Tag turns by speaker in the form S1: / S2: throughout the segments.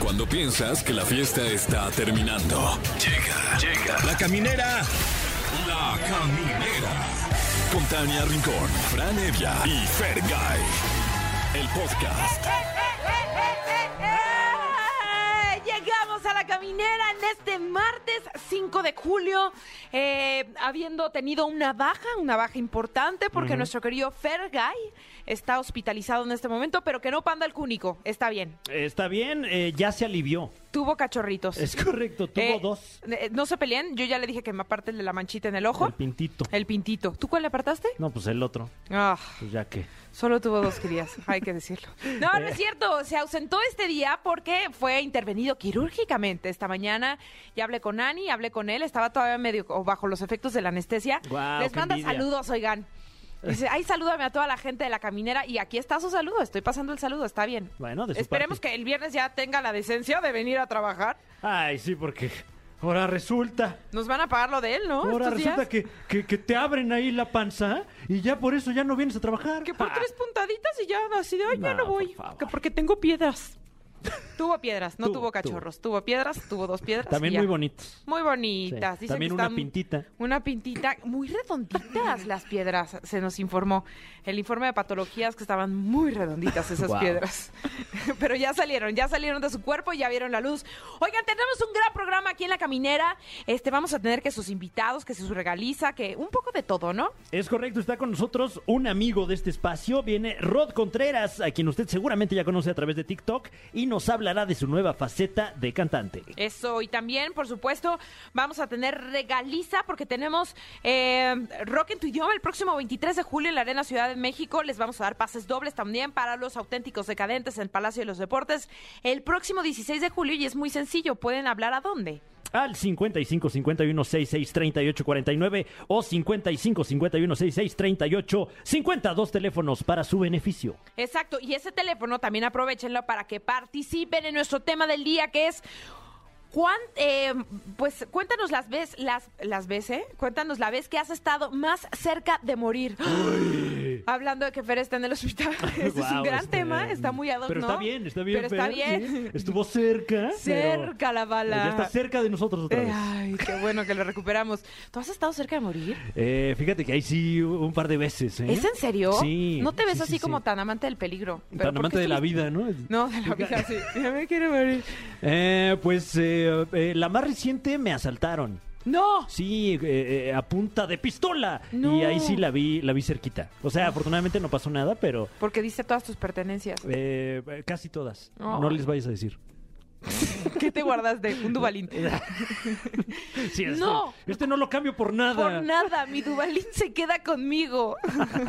S1: Cuando piensas que la fiesta está terminando. Llega, llega. La caminera. La caminera. Con Tania Rincón, Fran Evia y Fer El podcast.
S2: ¡Eh! Llegamos a la caminera en este martes 5 de julio, eh, habiendo tenido una baja, una baja importante, porque nuestro querido Fergay está hospitalizado en este momento, pero que no panda el cúnico, está bien.
S3: Está bien, eh, ya se alivió.
S2: Tuvo cachorritos.
S3: Es correcto, tuvo
S2: Eh,
S3: dos.
S2: eh, no se peleen, yo ya le dije que me aparte el de la manchita en el ojo.
S3: El pintito.
S2: El pintito. ¿Tú cuál le apartaste?
S3: No, pues el otro.
S2: Ah.
S3: Pues ya que.
S2: Solo tuvo dos crías, hay que decirlo. No, no es cierto. Se ausentó este día porque fue intervenido quirúrgicamente. Esta mañana ya hablé con Ani, hablé con él. Estaba todavía medio o bajo los efectos de la anestesia.
S3: Guau,
S2: Les
S3: qué
S2: manda
S3: envidia.
S2: saludos, oigan. Dice, ay, salúdame a toda la gente de la caminera. Y aquí está su saludo. Estoy pasando el saludo, está bien.
S3: Bueno, de su
S2: Esperemos
S3: parte.
S2: que el viernes ya tenga la decencia de venir a trabajar.
S3: Ay, sí, porque ahora resulta.
S2: Nos van a pagar lo de él, ¿no?
S3: ahora
S2: Estos
S3: resulta
S2: días.
S3: que, que, que te abren ahí la panza ¿eh? y ya por eso ya no vienes a trabajar.
S2: Que por
S3: Ah,
S2: tres puntaditas y ya así de, ay, ya
S3: No,
S2: no voy.
S3: por favor.
S2: que porque tengo piedras. Tuvo piedras, no
S3: Tuvo,
S2: tuvo, cachorros. Tuvo. piedras, tuvo dos piedras.
S3: También
S2: y ya.
S3: muy bonitos.
S2: Muy bonitas.
S3: Sí,
S2: Dicen
S3: también
S2: que
S3: una
S2: están-
S3: pintita.
S2: Una pintita. Muy redonditas las piedras, se nos informó. El informe de patologías que estaban muy redonditas esas
S3: Guau.
S2: piedras. Pero ya salieron, ya salieron de su cuerpo y ya vieron la luz. Oigan, tenemos un gran programa aquí en La Caminera. Este, vamos a tener que sus invitados, que sus regaliza, que un poco de todo, ¿no?
S3: Es correcto, está con nosotros un amigo de este espacio, viene Rod Contreras, a quien usted seguramente ya conoce a través de TikTok, y nos hablará de su nueva faceta de cantante.
S2: Eso, y también, por supuesto, vamos a tener regaliza porque tenemos eh, Rock en tu idioma el próximo 23 de julio en la Arena Ciudad de México. Les vamos a dar pases dobles también para los auténticos decadentes en el Palacio de los Deportes el próximo 16 de julio y es muy sencillo, pueden hablar a dónde.
S3: al 55 51 66 38 49 o 55 51 66 38 50 dos teléfonos para su beneficio.
S2: Exacto, y ese teléfono también aprovechenlo para que participen en nuestro tema del día que es... ¿Cuán, eh, pues cuéntanos las veces, las, las veces, eh, cuéntanos la vez que has estado más cerca de morir. Hablando de que Fer está en el hospital, ese es un
S3: Guau,
S2: gran
S3: este,
S2: tema, está muy ad hoc,
S3: Pero
S2: ¿no?
S3: está bien, está bien.
S2: Pero está
S3: Fer,
S2: bien.
S3: sí. Estuvo cerca.
S2: Cerca
S3: pero-
S2: la bala.
S3: pero Ya está cerca de nosotros otra
S2: Eh,
S3: vez.
S2: Ay, qué bueno que lo recuperamos. ¿Tú has estado cerca de morir?
S3: Eh, fíjate que ahí sí un par de veces. ¿eh?
S2: ¿Es en serio?
S3: Sí.
S2: No te ves
S3: sí,
S2: así
S3: sí,
S2: como
S3: sí.
S2: tan amante del peligro. ¿Pero por
S3: Tan
S2: qué
S3: amante de la
S2: estuviste-
S3: vida, ¿no?
S2: No, de la vida, sí. Ya me quiero morir.
S3: Eh, pues eh, eh, la más reciente me asaltaron.
S2: ¡No!
S3: Sí, eh, eh, a punta de pistola.
S2: No.
S3: Y ahí sí la vi, la vi cerquita. O sea, afortunadamente no pasó nada, pero
S2: Porque diste todas tus pertenencias.
S3: eh, eh, casi todas.
S2: Oh.
S3: No les vayas a decir.
S2: ¿Qué te guardaste? Un dubalín.
S3: Sí, este,
S2: No.
S3: Este no lo cambio por nada.
S2: Por nada, mi Dubalín se queda conmigo.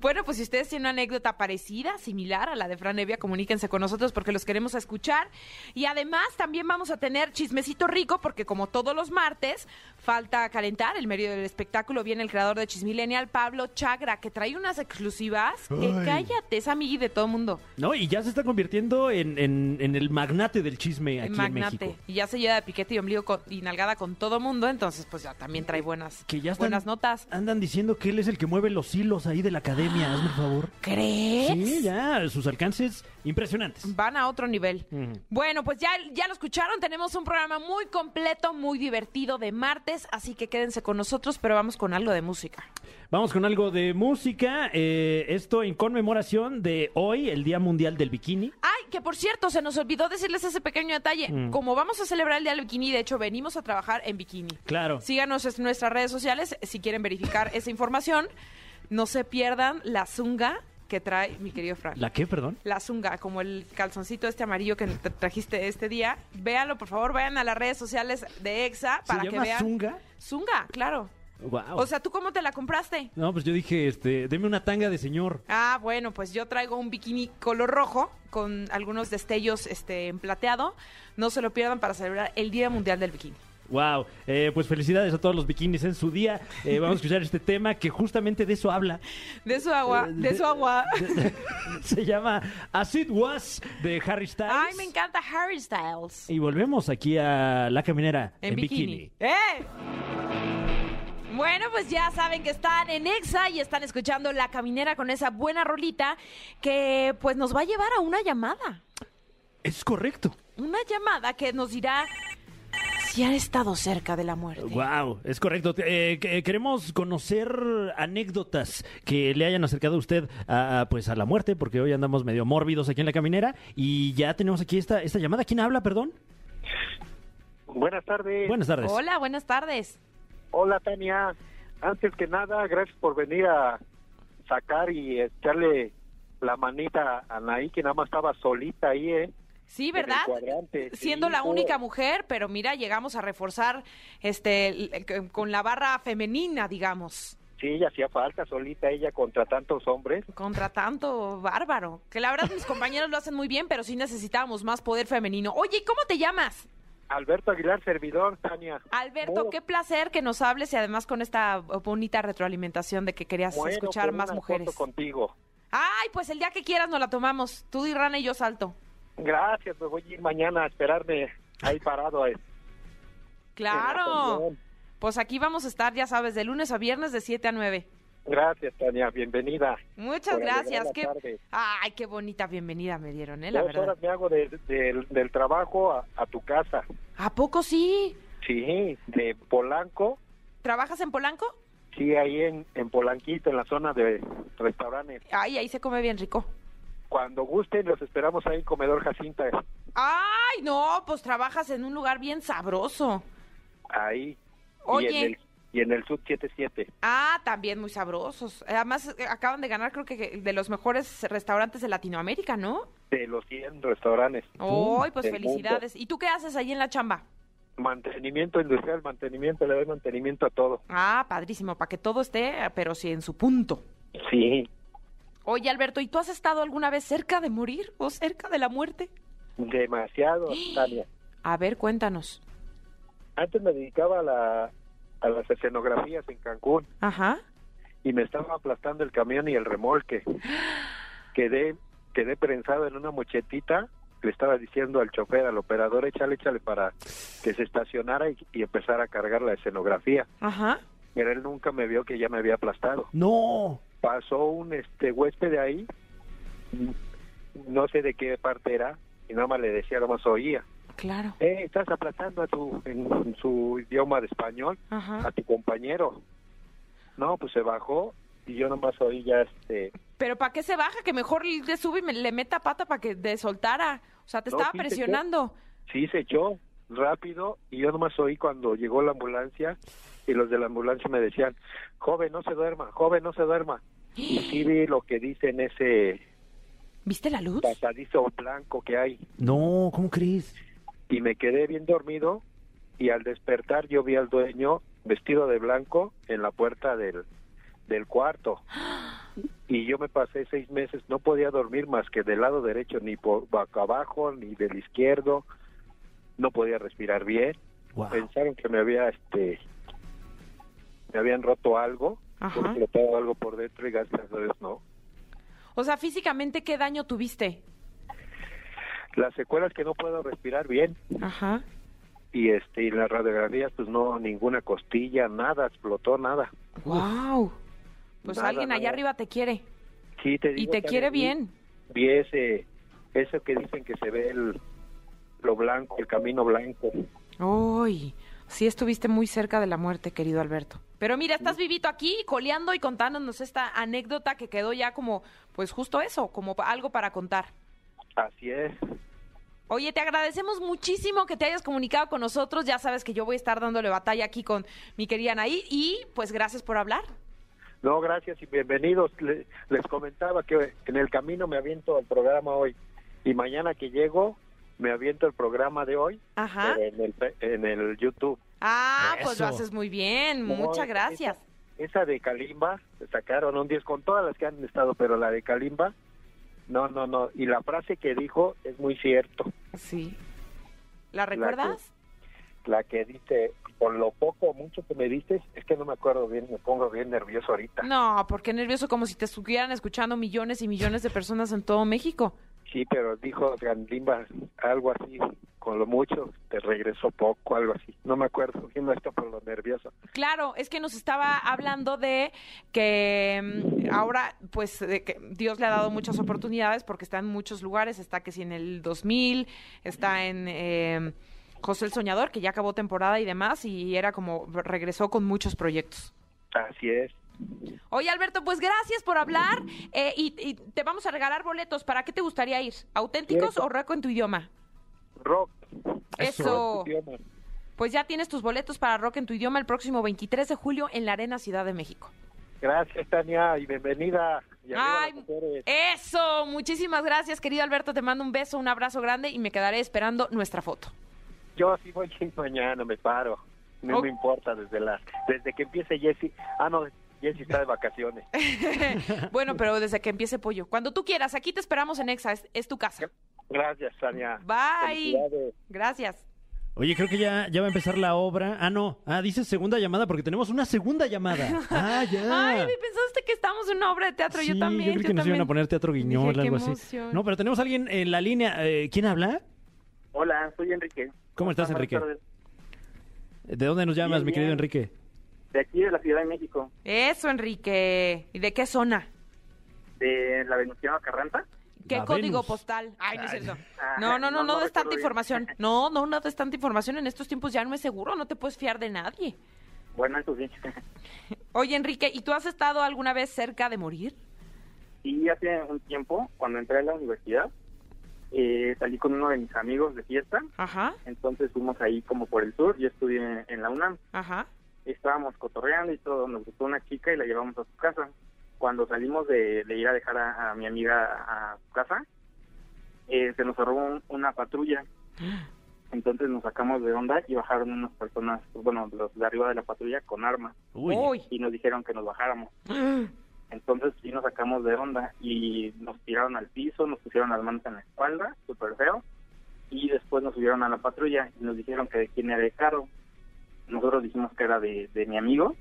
S2: bueno, pues si ustedes tienen una anécdota parecida, similar a la de Fran Evia, comuníquense con nosotros porque los queremos escuchar. Y además también vamos a tener chismecito rico porque como todos los martes, falta calentar el medio del espectáculo. Viene el creador de Chismilenial, Pablo Chagra, que trae unas exclusivas. Que
S3: Ay.
S2: cállate, es amigui de todo mundo.
S3: No, y ya se está convirtiendo en, en- en el magnate del chisme aquí en
S2: Magnate.
S3: México.
S2: Y ya se lleva de piquete y ombligo con- y nalgada con todo mundo, entonces pues ya también trae buenas,
S3: Que ya están-
S2: buenas notas.
S3: Andan diciendo que él es el que mueve los hilos ahí de la academia, hazme el favor.
S2: ¿Crees?
S3: Sí, ya, sus alcances impresionantes.
S2: Van a otro nivel.
S3: Ujú.
S2: Bueno, pues ya, ya lo escucharon. Tenemos un programa muy completo, muy divertido de martes. Así que quédense con nosotros, pero vamos con algo de música.
S3: Vamos con algo de música. eh, esto en conmemoración de hoy, el Día Mundial del Bikini.
S2: Ay, que por cierto, se nos olvidó decirles ese pequeño detalle.
S3: Mm.
S2: Como vamos a celebrar el día del bikini, de hecho, venimos a trabajar en bikini.
S3: Claro.
S2: Síganos en nuestras redes sociales si quieren verificar esa información. No se pierdan la zunga que trae mi querido Fran.
S3: ¿La qué, perdón?
S2: la zunga, como el calzoncito este amarillo que tra- trajiste este día. Véanlo, por favor, vayan a las redes sociales de EXA para
S3: ¿Se
S2: que
S3: llama
S2: vean.
S3: Zunga? Ah,
S2: Zunga, claro.
S3: Wow.
S2: O sea, ¿tú cómo te la compraste?
S3: no, pues yo dije, este, deme una tanga de señor.
S2: Ah, bueno, pues yo traigo un bikini color rojo con algunos destellos este, en plateado. No se lo pierdan para celebrar el Día Mundial del Bikini.
S3: Wow, eh, pues felicidades a todos los bikinis en su día. Eh, vamos a escuchar este tema que justamente de eso habla.
S2: De su
S3: Eh,
S2: agua, de su agua.
S3: Se llama As It Was de Harry Styles.
S2: Ay, me encanta Harry Styles.
S3: Y volvemos aquí a La Caminera
S2: En, bikini. ¡Eh! Bueno, pues ya saben que están en EXA y están escuchando La Caminera con esa buena rolita que pues nos va a llevar a una llamada.
S3: Es correcto.
S2: Una llamada que nos dirá si han estado cerca de la muerte.
S3: Wow, es correcto. Eh, que- queremos conocer anécdotas que le hayan acercado a usted a, a, pues a la muerte, porque hoy andamos medio mórbidos aquí en la caminera y ya tenemos aquí esta, esta llamada. ¿Quién habla, perdón?
S4: Buenas tardes.
S3: Buenas tardes.
S2: Eh, Hola, buenas tardes.
S4: Hola, Tania. Antes que nada, gracias por venir a sacar y echarle la manita a Anaí, que nada más estaba solita ahí, ¿eh?
S2: Sí,
S4: En el
S2: ¿verdad?
S4: cuadrante,
S2: Siendo
S4: sí,
S2: la
S4: todo.
S2: única mujer, pero mira, llegamos a reforzar este el- el- con la barra femenina, digamos,
S4: Sí, ella hacía falta solita, ella contra tantos hombres.
S2: contra tanto bárbaro. Que la verdad mis compañeros lo hacen muy bien, pero sí necesitábamos más poder femenino. Oye, ¿y cómo te llamas?
S4: Alberto Aguilar, servidor, Tania.
S2: Alberto,
S4: Mu-
S2: qué placer que nos hables y además con esta bonita retroalimentación de que querías
S4: muero
S2: escuchar
S4: por
S2: más
S4: una
S2: mujeres.
S4: foto contigo.
S2: Ay, pues el día que quieras nos la tomamos. Tú y Rana y yo salto.
S4: Gracias, me voy a ir mañana a esperarme ahí parado. eh,
S2: Claro.
S4: en la
S2: Pues aquí vamos a estar, ya sabes, de lunes a viernes de 7 a 9.
S4: Gracias, Tania, bienvenida.
S2: Muchas
S4: Por alegrar
S2: gracias.
S4: la
S2: Qué-
S4: tarde.
S2: Ay, qué bonita bienvenida me dieron, ¿eh? La
S4: Dos
S2: verdad.
S4: horas me hago de- de- del trabajo a- a tu casa.
S2: ¿A poco sí?
S4: Sí, de Polanco,
S2: ¿Trabajas en Polanco?
S4: sí, ahí en, en Polanquito, en la zona de restaurantes.
S2: Ay, ahí se come bien rico.
S4: Cuando gusten, los esperamos ahí en Comedor Jacinta,
S2: Ay, no, pues trabajas en un lugar bien sabroso.
S4: ahí. Y
S2: Oye.
S4: en el, y en el Sud 77.
S2: Ah, también muy sabrosos. Eh, Además, eh, acaban de ganar, creo que de los mejores restaurantes de Latinoamérica, ¿no?
S4: De los 100 restaurantes.
S2: Ay, pues
S4: del mundo.
S2: felicidades. ¿Y tú qué haces ahí en la chamba?
S4: Mantenimiento industrial, mantenimiento, le doy mantenimiento a todo.
S2: Ah, padrísimo, para que todo esté, eh, pero sí en su punto.
S4: Sí.
S2: Oye, Alberto, ¿y tú has estado alguna vez cerca de morir o cerca de la muerte?
S4: Demasiado, Tania.
S2: A ver, cuéntanos.
S4: Antes me dedicaba a, la, a las escenografías en Cancún.
S2: Ajá.
S4: y me estaba aplastando el camión y el remolque. Quedé, quedé prensado en una mochetita, le estaba diciendo al chofer, al operador, échale, échale para que se estacionara y, y empezara a cargar la escenografía.
S2: Ajá.
S4: Pero él nunca me vio que ya me había aplastado.
S3: No.
S4: Pasó un este huésped de ahí, no sé de qué parte era, y nada más le decía, nada más oía,
S2: Claro.
S4: eh, estás aplastando a tu, en, en su idioma de español a
S2: Ajá.
S4: tu compañero. No, pues se bajó y yo nomás oí ya este
S2: Pero ¿para qué se baja? Que mejor le sube y me- le meta pata para que te soltara. O sea, te
S4: No,
S2: estaba
S4: sí, te-
S2: presionando.
S4: Sí, se echó rápido y yo nomás oí cuando llegó la ambulancia y los de la ambulancia me decían, joven, no se duerma, joven, no se duerma. Y sí vi lo que dice en ese
S2: ¿Viste la luz?
S4: pasadizo blanco que hay
S3: No, ¿cómo crees?
S4: y me quedé bien dormido y al despertar yo vi al dueño vestido de blanco en la puerta del, del cuarto. Y yo me pasé seis meses, no podía dormir más que del lado derecho, ni por boca abajo, ni del izquierdo, no podía respirar bien.
S3: Wow.
S2: Pues,
S4: pensaron que me había este me habían roto algo
S2: Ajá.
S4: me explotado algo por dentro y gracias a Dios no
S2: O sea, físicamente, ¿qué daño tuviste?
S4: las secuelas que no puedo respirar bien
S2: Ajá.
S4: y este y las radiografías pues no ninguna costilla nada explotó nada
S2: Wow. Pues
S4: Nada,
S2: alguien allá
S4: nada.
S2: arriba te quiere.
S4: sí te
S2: Y
S4: digo,
S2: te
S4: Tania,
S2: quiere
S4: vi-
S2: bien.
S4: vi ese eso que dicen que se ve el lo blanco el camino blanco
S2: Uy, sí estuviste muy cerca de la muerte, querido Alberto. Pero mira, estás vivito aquí, coleando y contándonos esta anécdota que quedó ya como, pues justo eso, como pa- algo para contar.
S4: así es
S2: Oye, te agradecemos muchísimo que te hayas comunicado con nosotros. Ya sabes que yo voy a estar dándole batalla aquí con mi querida Anaí y pues gracias por hablar.
S4: no gracias y bienvenidos Le- les comentaba que en el camino me aviento al programa hoy y mañana que llego me aviento el programa de hoy
S2: Ajá.
S4: pero en el, fe- en el YouTube.
S2: Ah, pues lo
S3: Eso.
S2: haces muy bien.
S4: No,
S2: Muchas
S4: esa-
S2: gracias.
S4: Esa, de Kalimba, sacaron un 10 con todas las que han estado, pero la de Kalimba, no, no, no. Y la frase que dijo es muy cierto.
S2: Sí. ¿La recuerdas?
S4: La que dice, con lo poco o mucho que me diste, es que no me acuerdo bien, me pongo bien nervioso ahorita.
S2: No, porque nervioso como si te estuvieran escuchando millones y millones de personas en todo México.
S4: Sí, pero dijo Kalimba algo así, con lo mucho te regreso poco, algo así. No me acuerdo, y no está por lo nervioso.
S2: Claro, es que nos estaba hablando de que mm, ahora, pues, de que Dios le ha dado muchas oportunidades porque está en muchos lugares, está que si en el 2000, está en... eh, José el Soñador, que ya acabó temporada y demás, y era como regresó con muchos proyectos.
S4: Así es.
S2: Oye, Alberto, pues gracias por hablar eh, y, y te vamos a regalar boletos. ¿Para qué te gustaría ir? ¿Auténticos
S4: Cierto.
S2: o rock en tu idioma?
S4: Rock.
S2: Eso.
S4: idioma.
S2: Pues ya tienes tus boletos para rock en tu idioma el próximo 23 de julio en la Arena Ciudad de México.
S4: Gracias, Tania, y bienvenida. Y arriba las mujeres.
S2: eso, muchísimas gracias, querido Alberto. Te mando un beso, un abrazo grande y me quedaré esperando nuestra foto.
S4: Yo sí voy a ir mañana, me paro. No
S2: Ok.
S4: me importa desde la, desde que empiece Jessy. Ah, no, Jessy está de vacaciones.
S2: bueno, pero desde que empiece pollo. Cuando tú quieras, aquí te esperamos en Exa, es, es tu casa.
S4: Gracias, Tania.
S2: Bye.
S4: Felicidades.
S2: Gracias.
S3: Oye, creo que ya, ya va a empezar la obra. Ah, no. Ah, dice segunda llamada porque tenemos una segunda llamada. Ah, ya.
S2: Ay, me pensaste que estamos en una obra de teatro.
S3: Sí,
S2: yo también.
S3: creí que nos iban a
S2: también.
S3: poner teatro guiñol,
S2: Dije, qué
S3: algo así.
S2: emoción.
S3: No, pero tenemos a alguien en la línea. Eh, ¿Quién habla?
S5: Hola, soy Enrique.
S3: ¿Cómo estás,
S5: Buenas
S3: Enrique?
S5: tardes.
S3: ¿De dónde nos llamas,
S5: Bien,
S3: mi querido
S5: bien.
S3: Enrique?
S5: De aquí de la Ciudad de México,
S2: Eso, Enrique. ¿Y de qué zona?
S5: de la Venustiano Carranza.
S2: ¿Qué
S3: La
S2: código
S3: Venus.
S2: postal? Ay, no es cierto.
S5: Ah,
S2: No, no, no, no
S5: no, no
S2: des tanta
S5: recuerdo bien.
S2: información. No, no, no des tanta información. En estos tiempos ya no es seguro, no te puedes fiar de nadie.
S5: Bueno, eso sí.
S2: Oye, Enrique, ¿y tú has estado alguna vez cerca de morir?
S5: Y hace un tiempo, cuando entré a la universidad, eh, salí con uno de mis amigos de fiesta.
S2: Ajá,
S5: Entonces fuimos ahí como por el sur. Yo estudié en la UNAM.
S2: ajá.
S5: Estábamos cotorreando y todo. Nos gustó una chica y la llevamos a su casa. Cuando salimos de, de ir a dejar a, a mi amiga a su casa, eh, se nos cerró un- una patrulla. Entonces nos sacamos de onda y bajaron unas personas, bueno, los de arriba de la patrulla con armas
S3: Uy.
S5: y nos dijeron que nos bajáramos. Entonces sí nos sacamos de onda y nos tiraron al piso, nos pusieron las manos en la espalda, súper feo, y después nos subieron a la patrulla y nos dijeron que de quién era el carro. Nosotros dijimos que era de, de mi amigo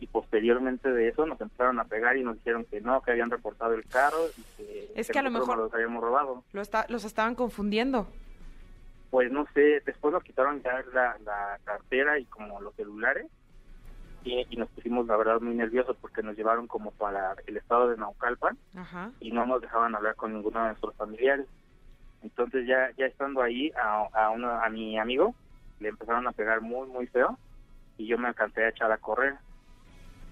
S5: y posteriormente de eso nos empezaron a pegar y nos dijeron que no, que habían reportado el carro y que,
S2: Es que a lo
S5: nosotros
S2: mejor-
S5: nos los habíamos robado.
S2: Lo está- los estaban confundiendo.
S5: pues no sé, después nos quitaron ya la, la cartera y como los celulares y, y nos pusimos la verdad muy nerviosos porque nos llevaron como para el estado de Naucalpan
S2: Ajá.
S5: y no nos dejaban hablar con ninguno de nuestros familiares. Entonces ya ya estando ahí a, a, uno, a mi amigo le empezaron a pegar muy muy feo y yo me alcancé a echar a correr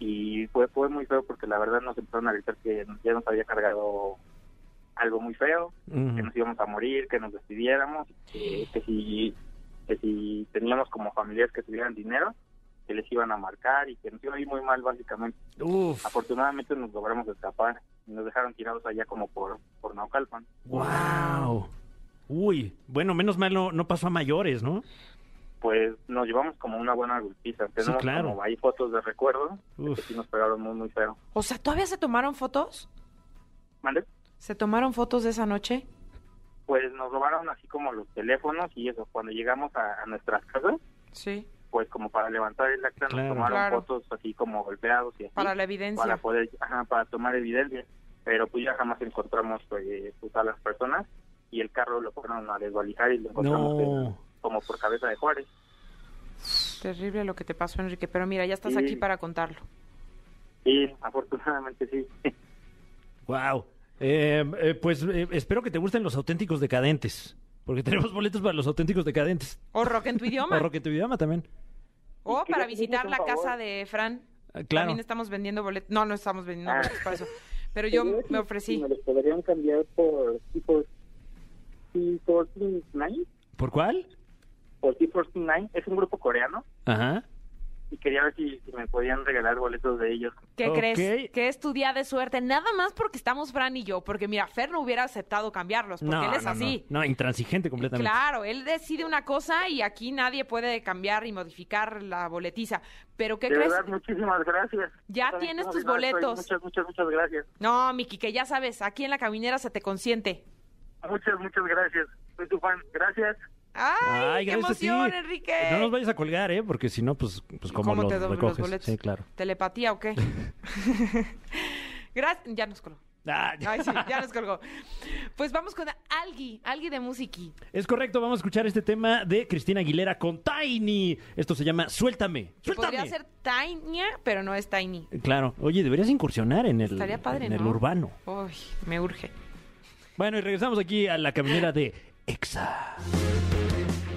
S5: y fue fue muy feo porque la verdad nos empezaron a gritar que ya nos había cargado algo muy feo que
S3: Ujú.
S5: nos íbamos a morir, que nos despidiéramos, que, que si, que si teníamos como familiares que tuvieran dinero, que les iban a marcar y que nos iba a ir muy mal básicamente.
S3: Uf.
S5: Afortunadamente nos logramos escapar y nos dejaron tirados allá como por, por Naucalpan.
S3: Wow. Uy. Bueno, menos mal no, no pasó a mayores, ¿no?
S5: Pues nos llevamos como una buena golpiza. Tenemos
S3: claro.
S5: como ahí fotos de recuerdo que
S3: Uf.
S5: sí nos pegaron muy, muy feo.
S2: O sea, ¿todavía se tomaron fotos?
S5: ¿Mande?
S2: ¿Se tomaron fotos de esa noche?
S5: Pues nos robaron así como los teléfonos y eso. Cuando llegamos a, a nuestras casas,
S2: Sí.
S5: pues como para levantar el acta
S3: Claro.
S5: nos tomaron
S2: Claro.
S5: fotos así como golpeados y así.
S2: Para la evidencia.
S5: para poder ajá, para tomar evidencia pero pues ya jamás encontramos eh, pues, a las personas y el carro lo fueron a desvalijar y lo encontramos
S3: No.
S5: en- como por cabeza de Juárez
S2: Terrible lo que te pasó, Enrique. Pero mira, ya estás
S5: Sí.
S2: aquí para contarlo.
S5: y afortunadamente sí
S3: Wow. Eh, eh, pues eh, espero que te gusten los auténticos decadentes. Porque tenemos boletos para los auténticos decadentes.
S2: O rock en tu idioma.
S3: O Roque tu idioma también.
S2: O
S5: Y que
S2: para
S5: ya pedimos
S2: visitar
S5: un
S2: la
S5: favor.
S2: casa de Fran.
S3: Ah, claro.
S2: También estamos vendiendo boletos. No, no estamos vendiendo
S5: Ah.
S2: boletos para eso. Pero yo me ofrecí.
S5: me los podrían cambiar por C4 C4
S3: ¿Por cuál?
S5: por C4 es un grupo coreano
S3: Ajá.
S5: y quería ver si, si me podían regalar boletos de ellos
S2: ¿Qué
S3: Ok.
S2: crees? Que es tu día de suerte. Nada más porque estamos Fran y yo. Porque mira, Fer no hubiera aceptado cambiarlos. Porque Pues, él es
S3: no,
S2: así.
S3: No, No, intransigente completamente.
S2: Claro, él decide una cosa y aquí nadie puede cambiar y modificar la boletiza. Pero ¿qué
S5: de
S2: crees?
S5: verdad muchísimas gracias
S2: Ya
S5: Saben
S2: tienes
S5: cómo
S2: tus
S5: les estoy.
S2: boletos.
S5: muchas muchas muchas gracias
S2: No, Miki, que ya sabes, aquí en la caminera se te consiente.
S5: muchas muchas gracias soy tu fan gracias
S2: ¡Ay, qué
S3: gracias a ti.
S2: emoción, Enrique!
S3: No nos vayas a colgar, ¿eh? Porque si no, pues, pues
S2: ¿Y
S3: ¿cómo, los
S2: doy
S3: recoges? Sí, claro.
S2: ¿Telepatía o qué? Gracias. Ya nos coló.
S3: Ah,
S2: Ay, sí, ya nos colgó. Pues vamos con Algi, Algi de E, Musiki.
S3: Es correcto, vamos a escuchar este tema de Cristina Aguilera con Tiny. Esto se llama Suéltame.
S2: Que
S3: Suéltame.
S2: podría ser Tiny, pero no es Tiny.
S3: Claro, oye, deberías incursionar en el,
S2: Estaría padre,
S3: en el
S2: ¿no?
S3: urbano.
S2: Uy, me urge.
S3: Bueno, y regresamos aquí a la caminera de Exa.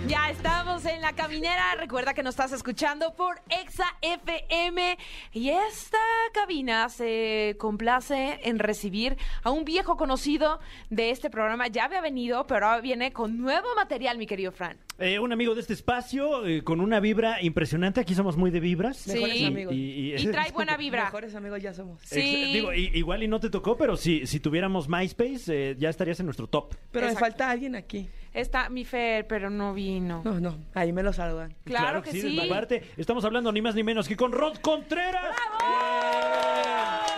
S2: Ya estamos en la caminera. Recuerda que nos estás escuchando por Exa FM. Y esta cabina se complace en recibir a un viejo conocido de este programa. Ya había venido, pero ahora viene con nuevo material, mi querido Fran.
S3: Eh, un amigo de este espacio eh, con una vibra impresionante. Aquí somos muy de vibras.
S6: Mejores
S2: Sí.
S6: amigos.
S2: Y trae buena vibra.
S6: Mejores amigos ya somos.
S2: Sí.
S3: Ex- Digo, i- igual y no te tocó, pero si, si tuviéramos MySpace, eh, ya estarías en nuestro top.
S6: Pero
S2: Exacto.
S6: me falta alguien aquí.
S2: Está mi Fer, pero no vino.
S6: No, no, ahí me lo saludan.
S2: Claro, que, sí.
S3: Aparte, estamos hablando ni más ni menos que con Rod Contreras.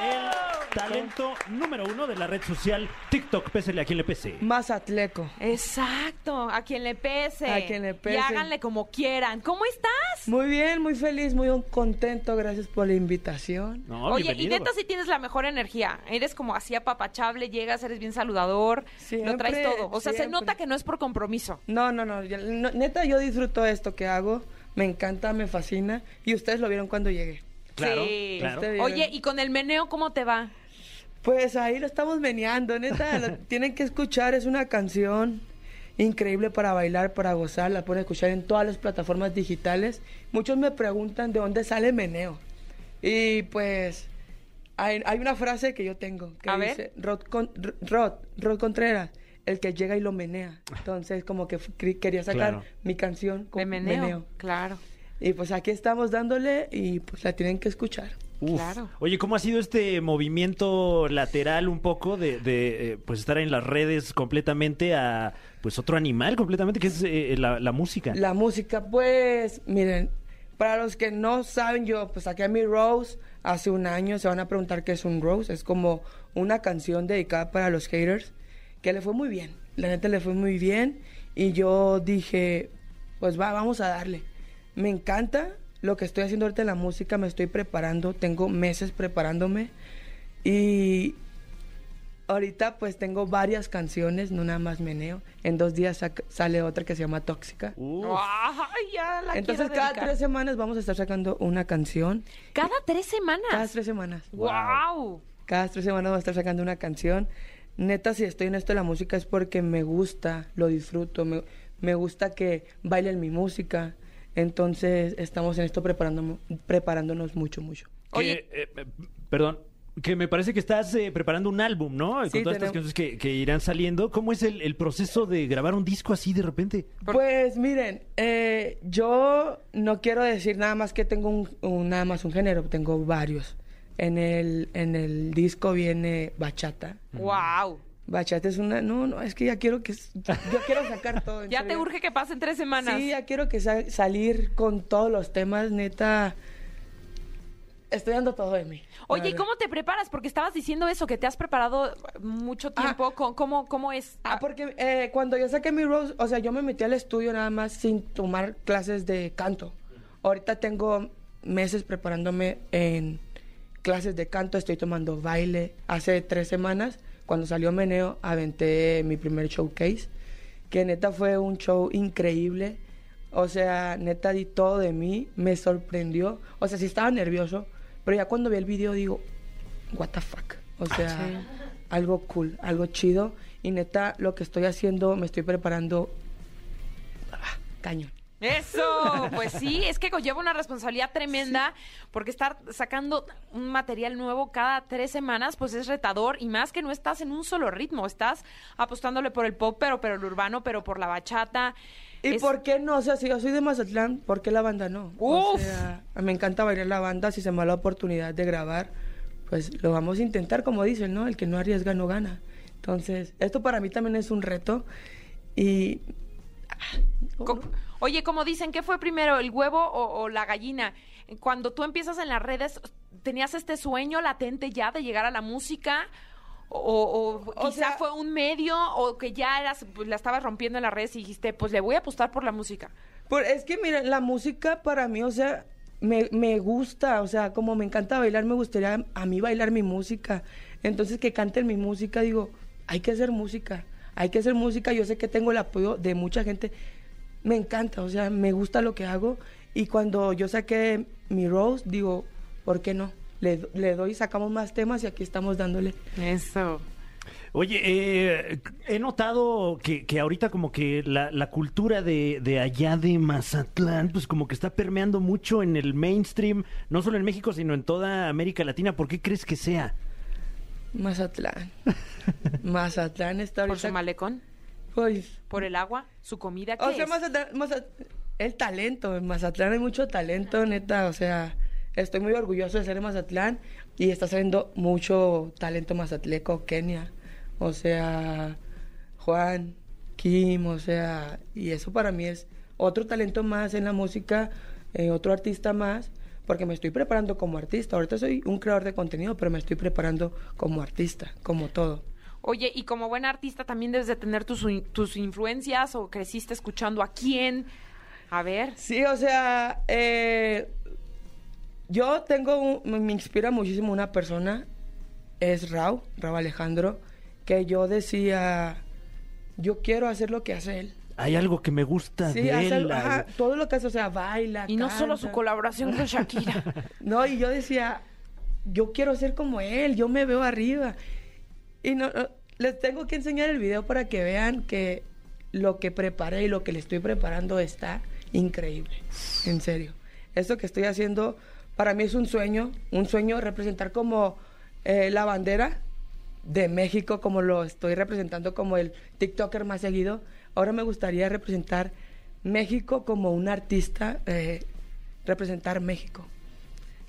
S3: El talento número uno de la red social TikTok, pésele a quien le pese.
S6: Más atleco.
S2: Exacto, a quien le pese.
S6: A quien le pese.
S2: Y háganle como quieran. ¿Cómo estás?
S6: Muy bien, muy feliz, muy contento. Gracias por la invitación.
S3: No,
S2: Oye, y
S3: bienvenido.
S2: neta sí tienes la mejor energía. Eres como así apapachable, llegas, eres bien saludador, lo traes
S6: Siempre,
S2: todo. O sea, se
S6: siempre.
S2: nota que no es por compromiso.
S6: No, no, no, ya- no, Neta, yo disfruto esto que hago. Me encanta, me fascina. Y ustedes lo vieron cuando llegué.
S3: Claro,
S2: Sí.
S3: claro.
S6: Está bien.
S2: Oye, y con el meneo, ¿cómo te va?
S6: Pues ahí lo estamos meneando, neta. lo tienen que escuchar, es una canción increíble para bailar, para gozar. La pueden escuchar en todas las plataformas digitales. Muchos me preguntan de dónde sale meneo. Y pues hay, hay una frase que yo tengo que
S2: A ver.
S6: dice Rod, Con- R- Rod, Rod Contreras, el que llega y lo menea. Entonces como que f- cre- quería sacar
S3: Claro.
S6: mi canción con
S2: De meneo.
S6: meneo.
S2: Claro.
S6: Y pues aquí estamos dándole y pues la tienen que escuchar.
S3: Uf.
S2: Claro.
S3: Oye, ¿cómo ha sido este movimiento lateral un poco de, de, eh, pues estar en las redes completamente a pues otro animal completamente que es eh, la, la música?
S6: La música, pues, miren, para los que no saben, yo pues saqué mi Rose hace un año. Se van a preguntar qué es un Rose. Es como una canción dedicada para los haters, que le fue muy bien. La neta le fue muy bien. Y yo dije, pues va, vamos a darle. Me encanta lo que estoy haciendo ahorita en la música. Me estoy preparando. Tengo meses preparándome. Y Ahorita pues tengo varias canciones, no nada más meneo. En dos días sac- sale otra que se llama Tóxica.
S3: Uf.
S2: Ay, ya la
S6: Entonces
S2: quiero
S6: cada
S2: dedicar.
S6: tres semanas vamos a estar sacando una canción.
S2: Cada tres semanas.
S6: Cada tres semanas.
S2: Wow.
S6: Cada tres semanas vamos a estar sacando una canción. Neta, si estoy en esto de la música es porque me gusta, lo disfruto, me, me gusta que bailen mi música. Entonces estamos en esto preparándonos, preparándonos mucho, mucho.
S3: Que,
S2: Oye.
S3: eh, eh, perdón, que me parece que estás eh, preparando un álbum, ¿no? Con
S6: Sí,
S3: todas estas canciones
S6: tenemos-
S3: que, que irán saliendo. ¿Cómo es el, el proceso de grabar un disco así de repente?
S2: Por-
S6: Pues miren, eh, yo no quiero decir nada más que tengo un, un- nada más un género, tengo varios. En el, en el disco viene bachata.
S2: Wow.
S6: Bachata es una, no, no, es que ya quiero que, s- yo quiero sacar todo. en
S2: Ya
S6: serio.
S2: te urge que pasen tres semanas.
S6: Sí, ya quiero que sa- salir con todos los temas, neta. Estoy dando todo de mí. la
S2: Oye, ¿y
S6: verdad.
S2: cómo te preparas? Porque estabas diciendo eso, que te has preparado eh, mucho tiempo. ¿Cómo, cómo, cómo es?
S6: Ah, porque eh, cuando yo saqué mi Rose, o sea, yo me metí al estudio nada más sin tomar clases de canto. Ahorita tengo meses preparándome en clases de canto, estoy tomando baile. Hace tres semanas, cuando salió Meneo, aventé mi primer showcase, que neta fue un show increíble. O sea, neta di todo de mí, me sorprendió. O sea, sí estaba nervioso, pero ya cuando vi el video digo, what the fuck. O
S2: Ah,
S6: sea, algo cool, algo chido. Y neta, lo que estoy haciendo, me estoy preparando ah, cañón.
S2: Eso, pues sí, es que conlleva una responsabilidad tremenda, porque estar sacando un material nuevo cada tres semanas, pues es retador, y más que no estás en un solo ritmo, estás apostándole por el pop, pero, pero el urbano, pero por la bachata.
S6: ¿Y
S2: Es-
S6: por qué no? O sea, si yo soy de Mazatlán, ¿por qué la banda no? O
S2: Uf.
S6: sea, me encanta bailar la banda. Si se me da la oportunidad de grabar, pues lo vamos a intentar, como dicen, ¿no? El que no arriesga no gana. Entonces, esto para mí también es un reto. Y. ah,
S2: co- Oye, como dicen, ¿qué fue primero, el huevo o, o la gallina? Cuando tú empiezas en las redes, ¿tenías este sueño latente ya de llegar a la música? O, o
S6: O
S2: quizá
S6: sea-
S2: fue un medio, o que ya eras, pues, la estabas rompiendo en las redes y dijiste, pues le voy a apostar por la música.
S6: Por- es que, mira, la música para mí, o sea, me, me gusta, o sea, como me encanta bailar, me gustaría a mí bailar mi música. Entonces que canten mi música, digo, hay que hacer música, hay que hacer música, yo sé que tengo el apoyo de mucha gente, me encanta, o sea, me gusta lo que hago y cuando yo saqué mi Rose, digo, ¿por qué no? Le, le doy, sacamos más temas y aquí estamos dándole.
S2: Eso.
S3: Oye, eh, he notado que, que ahorita como que la, la cultura de, de allá de Mazatlán, pues como que está permeando mucho en el mainstream, no solo en México, sino en toda América Latina. ¿Por qué crees que sea?
S6: Mazatlán. Mazatlán está
S2: Por su
S6: ahorita...
S2: malecón,
S6: pues,
S2: por el agua, su comida. ¿qué
S6: o sea,
S2: es?
S6: Mazatlán, Maza- el talento, en Mazatlán hay mucho talento, neta, o sea, estoy muy orgulloso de ser de Mazatlán y está saliendo mucho talento mazatleco, Kenia, o sea, Juan, Kim, o sea, y eso para mí es otro talento más en la música, eh, otro artista más, porque me estoy preparando como artista, ahorita soy un creador de contenido, pero me estoy preparando como artista, como todo.
S2: Oye, y como buen artista también debes de tener tus, tus influencias o creciste escuchando a quién. A ver.
S6: Sí, o sea, eh, yo tengo, un- me- me inspira muchísimo una persona, es Raúl, Raúl Alejandro, que yo decía, yo quiero hacer lo que hace él.
S3: Hay algo que me gusta
S6: Sí,
S3: de
S6: hace
S3: él.
S6: algo-
S3: algo-
S6: ajá, todo lo que hace, o sea, baila.
S2: Y no solo su
S6: canta.
S2: colaboración con Shakira.
S6: No, y yo decía, yo quiero ser como él, yo me veo arriba. Y no, no, les tengo que enseñar el video para que vean que lo que preparé y lo que le estoy preparando está increíble, en serio. Esto que estoy haciendo para mí es un sueño, un sueño representar como eh, la bandera de México, como lo estoy representando como el TikToker más seguido. Ahora me gustaría representar México como un artista, eh, representar México.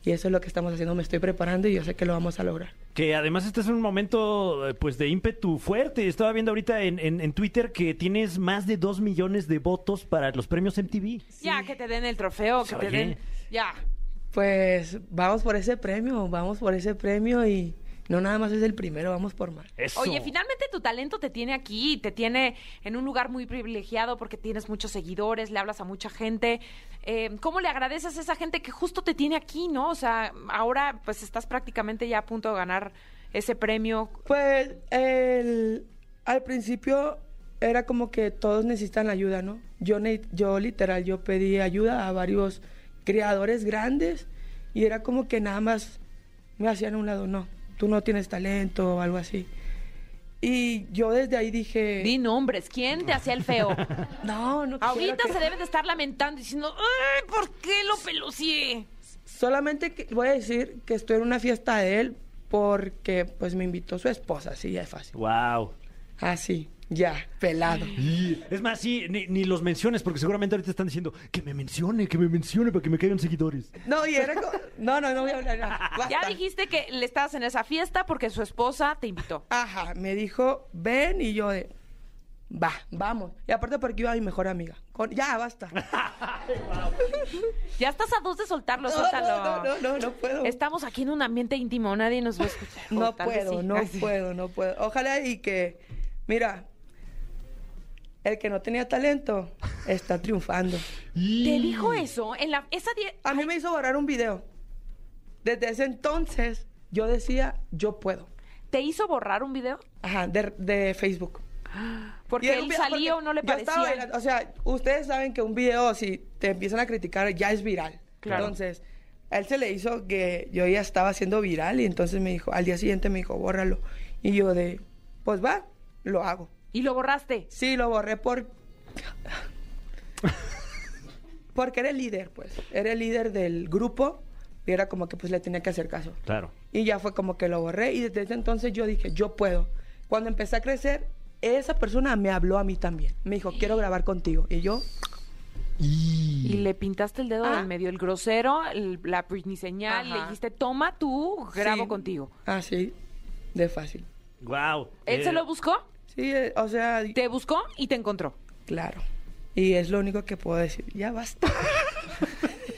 S6: Y eso es lo que estamos haciendo, me estoy preparando y yo sé que lo vamos a lograr.
S3: Que además este es un momento eh, pues de ímpetu fuerte. Estaba viendo ahorita en, en- en Twitter que tienes más de 2 millones de votos para los premios MTV.
S2: Ya, que te den el trofeo, que te
S3: Oye.
S2: den. Ya.
S6: Pues vamos por ese premio, vamos por ese premio y no nada más es el primero, vamos por más.
S3: Eso.
S2: Oye, finalmente tu talento te tiene aquí, te tiene en un lugar muy privilegiado porque tienes muchos seguidores, le hablas a mucha gente. Eh, ¿Cómo le agradeces a esa gente que justo te tiene aquí, no? O sea, ahora pues estás prácticamente ya a punto de ganar ese premio.
S6: Pues el- al principio era como que todos necesitan ayuda, ¿no? Yo, ne- yo literal, yo pedí ayuda a varios creadores grandes y era como que nada más me hacían a un lado, no, tú no tienes talento o algo así. Y yo desde ahí dije...
S2: Di nombres, ¿quién te hacía el feo?
S6: No, no quiero
S2: Ahorita
S6: que-
S2: se deben de estar lamentando diciendo, ¡ay, por qué lo pelucié!
S6: Solamente que- voy a decir que estoy en una fiesta de él porque pues me invitó su esposa, así ya es fácil.
S3: Wow.
S6: Así, ya, pelado.
S3: Es más, sí, ni, ni los menciones, porque seguramente ahorita están diciendo que me mencione, que me mencione para que me caigan seguidores.
S6: No, y era como... No, no, no voy a hablar. nada.
S2: Ya
S6: Basta.
S2: dijiste que le estabas en esa fiesta porque su esposa te invitó.
S6: Ajá, me dijo, ven, y yo de... Va, vamos. Y aparte porque iba mi mejor amiga. Con- ya, basta.
S2: Ya estás a dos de soltarlo,
S6: No,
S2: suéltalo.
S6: no, no, no, no, no puedo.
S2: Estamos aquí en un ambiente íntimo, nadie nos va a escuchar. O
S6: No
S2: tal vez
S6: puedo,
S2: sí.
S6: no
S2: Ay, sí.
S6: puedo, no puedo. Ojalá y que, mira, el que no tenía talento está triunfando.
S2: ¿Te dijo eso? En la, esa die-
S6: A mí me hizo borrar un video. Desde ese entonces yo decía, yo puedo.
S2: ¿Te hizo borrar un video?
S6: Ajá, de, de Facebook. Y
S2: Porque
S6: era un
S2: él
S6: video-
S2: salía o
S6: porque
S2: no le
S6: yo estaba
S2: parecía.
S6: bailando, o sea, ustedes saben que un video, si te empiezan a criticar, ya es viral.
S2: Claro.
S6: Entonces, a él se le hizo que yo ya estaba siendo viral y entonces me dijo, al día siguiente me dijo, bórralo. Y yo de, pues va, lo hago.
S2: Y lo borraste.
S6: Sí, lo borré por... Porque era el líder, pues. Era el líder del grupo y era como que pues le tenía que hacer caso.
S3: Claro.
S6: Y ya fue como que lo borré y desde ese entonces yo dije, yo puedo. Cuando empecé a crecer, esa persona me habló a mí también. Me dijo, quiero grabar contigo. Y yo,
S2: Y le pintaste el dedo
S6: Ah.
S2: del medio, el grosero, el- la Britney señal,
S6: Ajá.
S2: le dijiste, toma tú, grabo
S6: sí.
S2: contigo.
S6: Así, de fácil.
S3: Wow.
S2: Él se lo buscó,
S6: Sí, eh, o sea,
S2: te buscó y te encontró.
S6: claro. Y es lo único que puedo decir. Ya basta.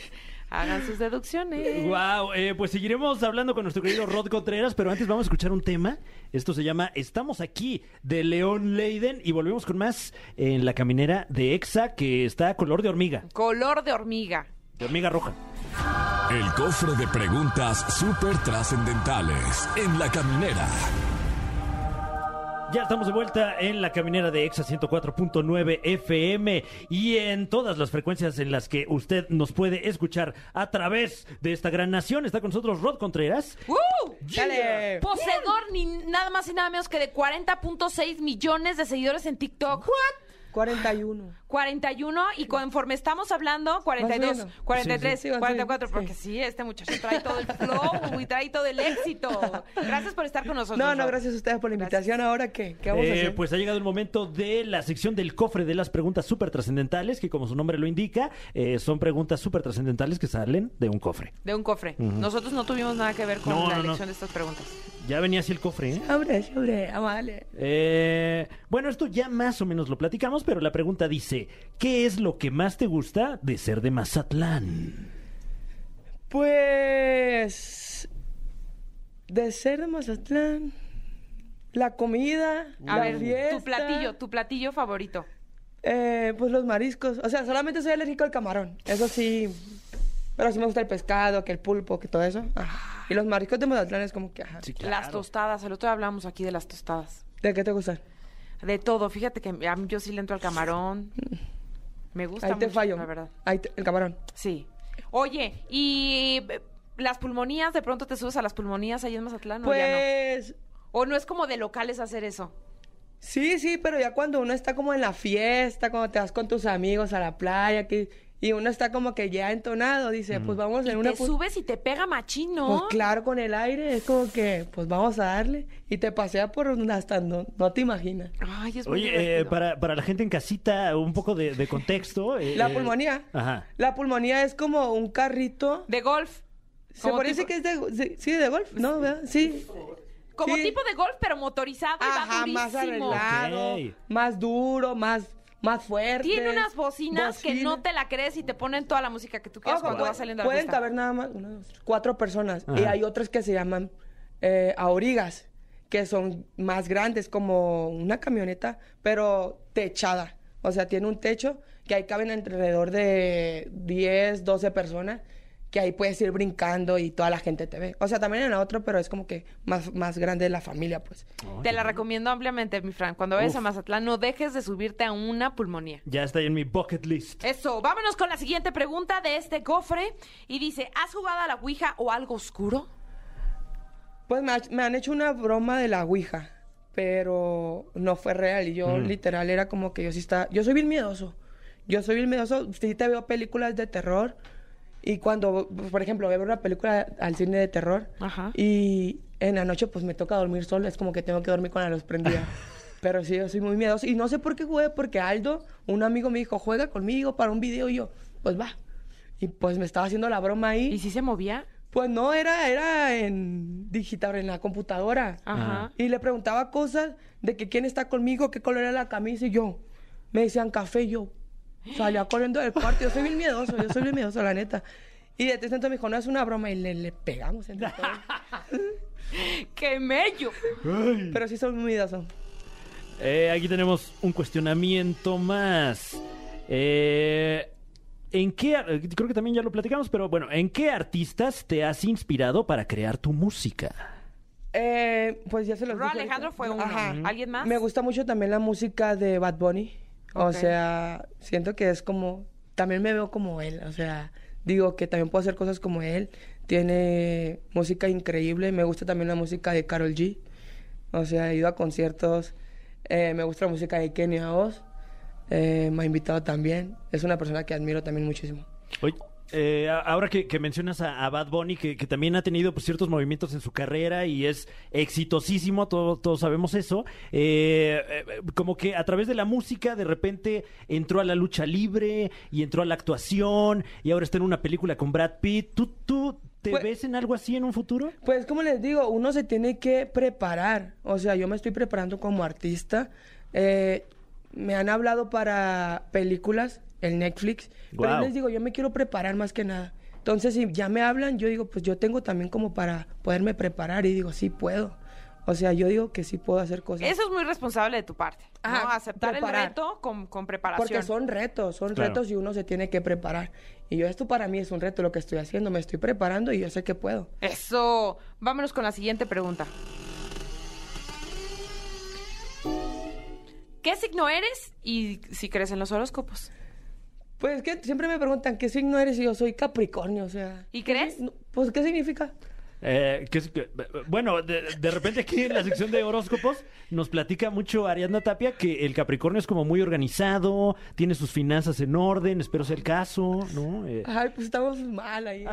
S2: Hagan sus deducciones.
S3: Wow, pues seguiremos hablando con nuestro querido Rod Contreras, pero antes vamos a escuchar un tema. Esto se llama Estamos aquí de León Leiden y volvemos con más en la caminera de Exa que está a color de hormiga,
S2: Color de hormiga.
S3: de hormiga roja.
S1: El cofre de preguntas súper trascendentales en la caminera.
S3: Ya estamos de vuelta en la caminera de Exa 104.9 FM y en todas las frecuencias en las que usted nos puede escuchar a través de esta gran nación. Está con nosotros Rod Contreras.
S2: ¡Uh!
S6: Dale.
S2: Poseedor ni nada más y nada menos que de 40.6 millones de seguidores en TikTok.
S6: 41.
S2: 41 y conforme estamos hablando, 42,
S6: subiendo.
S2: 43,
S6: Sí, sí, sí, van
S2: 44,
S6: subiendo,
S2: porque
S6: sí.
S2: sí, este muchacho trae todo el flow y trae todo el éxito. Gracias por estar con nosotros.
S6: No, no,
S2: Rod.
S6: gracias a ustedes por la invitación. Ahora qué, ¿qué vamos a
S3: Eh,
S6: hacer?
S3: pues ha llegado el momento de la sección del cofre de las preguntas súper trascendentales, que como su nombre lo indica, eh, son preguntas súper trascendentales que salen de un cofre.
S2: De un cofre. Nosotros no tuvimos nada que ver con
S3: No,
S2: la
S3: no, no.
S2: elección de estas preguntas.
S3: Ya venía así el cofre, ¿eh?
S6: Sobre, sobre, amable.
S3: Eh, bueno, esto ya más o menos lo platicamos, pero la pregunta dice, ¿qué es lo que más te gusta de ser de Mazatlán?
S6: Pues. De ser de Mazatlán. La comida.
S2: A
S6: la
S2: ver,
S6: fiesta,
S2: tu platillo, tu platillo favorito.
S6: eh, pues los mariscos. O sea, solamente soy alérgico al camarón. Eso sí. Pero sí me gusta el pescado, que el pulpo, que todo eso. Ah, Y los mariscos de Mazatlán es como que. Ajá.
S2: Las tostadas. El otro día hablamos aquí de las tostadas.
S6: ¿De qué te gustan?
S2: De todo. Fíjate que a mí yo sí le entro al camarón. Me gusta
S6: Ahí te
S2: mucho,
S6: fallo.
S2: la verdad.
S6: Ahí te- el camarón.
S2: Sí. Oye, ¿y eh, las pulmonías? ¿De pronto te subes a las pulmonías ahí en Mazatlán? o ya no?
S6: pues.
S2: ¿O no es como de locales hacer eso?
S6: Sí, sí, pero ya cuando uno está como en la fiesta, cuando te vas con tus amigos a la playa, que, y uno está como que ya entonado, dice, pues vamos en una...
S2: Te
S6: pu-
S2: subes y te pega machino.
S6: Pues claro, con el aire, es como que, pues vamos a darle. Y te pasea por donde hasta no, no te imaginas.
S2: Ay, es muy
S3: Oye, eh,
S2: divertido.
S3: para, para la gente en casita, un poco de, de contexto. eh,
S6: La
S3: eh,
S6: pulmonía.
S3: Ajá.
S6: La pulmonía es como un carrito...
S2: De golf.
S6: Se
S2: Como tipo-
S6: parece que es de... sí, Sí, de golf, ¿no? ¿Verdad? Sí.
S2: Como
S6: Sí.
S2: tipo de golf, pero motorizado
S6: Ajá,
S2: y va
S6: más
S2: durísimo.
S6: arreglado,
S3: Ok.
S6: más duro, más, más fuerte.
S2: Tiene unas bocinas que
S6: Bocina.
S2: no te la crees y te ponen toda la música que tú quieras
S6: Ojo,
S2: cuando
S6: puede-
S2: vas saliendo a la
S6: pueden
S2: fiesta.
S6: caber nada más una, dos, tres, cuatro personas. Y
S3: Ajá.
S6: hay otras que se llaman eh, aurigas, que son más grandes, como una camioneta, pero techada. O sea, tiene un techo que ahí caben alrededor de 10, 12 personas, que ahí puedes ir brincando y toda la gente te ve. O sea, también en la otra, pero es como que más, más grande la familia, pues.
S2: Te la recomiendo ampliamente, mi Fran. Cuando vayas
S3: Uf.
S2: a Mazatlán, no dejes de subirte a una pulmonía.
S3: Ya está ahí en mi bucket list.
S2: Eso, vámonos con la siguiente pregunta de este cofre. Y dice, ¿has jugado a la Ouija o algo oscuro?
S6: Pues me, ha- me han hecho una broma de la Ouija, pero no fue real. Y yo literal era como que yo sí estaba... Yo soy bien miedoso. Yo soy bien miedoso. Sí te veo películas de terror. Y cuando, por ejemplo, voy a ver una película al cine de terror.
S2: Ajá.
S6: Y en la noche pues me toca dormir sola. Es como que tengo que dormir con la luz prendida. pero sí, yo soy muy miedoso. Y no sé por qué jugué, porque Aldo, un amigo me dijo, juega conmigo para un video. Y yo, pues va. Y pues me estaba haciendo la broma ahí.
S2: ¿Y si se movía?
S6: Pues no, era, era en digital, en la computadora.
S2: Ajá.
S6: Y le preguntaba cosas de que quién está conmigo, qué color era la camisa y yo. Me decían café y yo. Salía corriendo del cuarto. Yo soy bien miedoso, yo soy bien miedoso, la neta. Y de tanto me dijo, no es una broma y le, le pegamos entre todos.
S2: ¡Qué mello!
S6: Pero sí soy muy miedoso.
S3: Eh, aquí tenemos un cuestionamiento más. Eh, ¿En qué, ar- creo que también ya lo platicamos, pero bueno, ¿en qué artistas te has inspirado para crear tu música?
S6: Eh, pues ya se los
S2: Ro
S6: dije
S2: Alejandro
S6: ahorita.
S2: fue uno. ¿Alguien más?
S6: Me gusta mucho también la música de Bad Bunny. O
S2: Ok.
S6: sea, siento que es como... También me veo como él. O sea, digo que también puedo hacer cosas como él. Tiene música increíble. Me gusta también la música de Carol G. O sea, he ido a conciertos. Eh, me gusta la música de Kenia Oz. Eh, me ha invitado también. Es una persona que admiro también muchísimo.
S3: Oye, eh, a- ahora que, que mencionas a, a Bad Bunny, que, que también ha tenido pues, ciertos movimientos en su carrera y es exitosísimo, todo- todos sabemos eso, eh, eh, como que a través de la música de repente entró a la lucha libre y entró a la actuación y ahora está en una película con Brad Pitt. ¿Tú, tú te
S6: Pues-
S3: ves en algo así en un futuro?
S6: Pues como les digo, uno se tiene que preparar. O sea, yo me estoy preparando como artista. Eh, me han hablado para películas, el Netflix. Pero
S3: Guau.
S6: yo les digo, yo me quiero preparar más que nada. Entonces, si ya me hablan, yo digo, pues yo tengo también como para poderme preparar. Y digo, sí puedo. O sea, yo digo que sí puedo hacer cosas.
S2: Eso es muy responsable de tu parte, ¿no?
S6: Ajá,
S2: Aceptar el
S6: preparar.
S2: reto con, con preparación.
S6: Porque son retos, son
S3: Claro.
S6: retos y uno se tiene que preparar. Y yo, esto para mí es un reto lo que estoy haciendo, me estoy preparando y yo sé que puedo.
S2: Eso. Vámonos con la siguiente pregunta. ¿Qué signo eres y si crees en los horóscopos?
S6: Pues es que siempre me preguntan, ¿qué signo eres? Y yo soy Capricornio, o sea.
S2: ¿Y crees?
S6: No, Pues, ¿qué significa?
S3: Eh, que es que- bueno, de, de repente aquí en la sección de horóscopos nos platica mucho Ariadna Tapia que el Capricornio es como muy organizado, tiene sus finanzas en orden, espero sea el caso, ¿no? Eh,
S6: Ay, pues estamos mal ahí.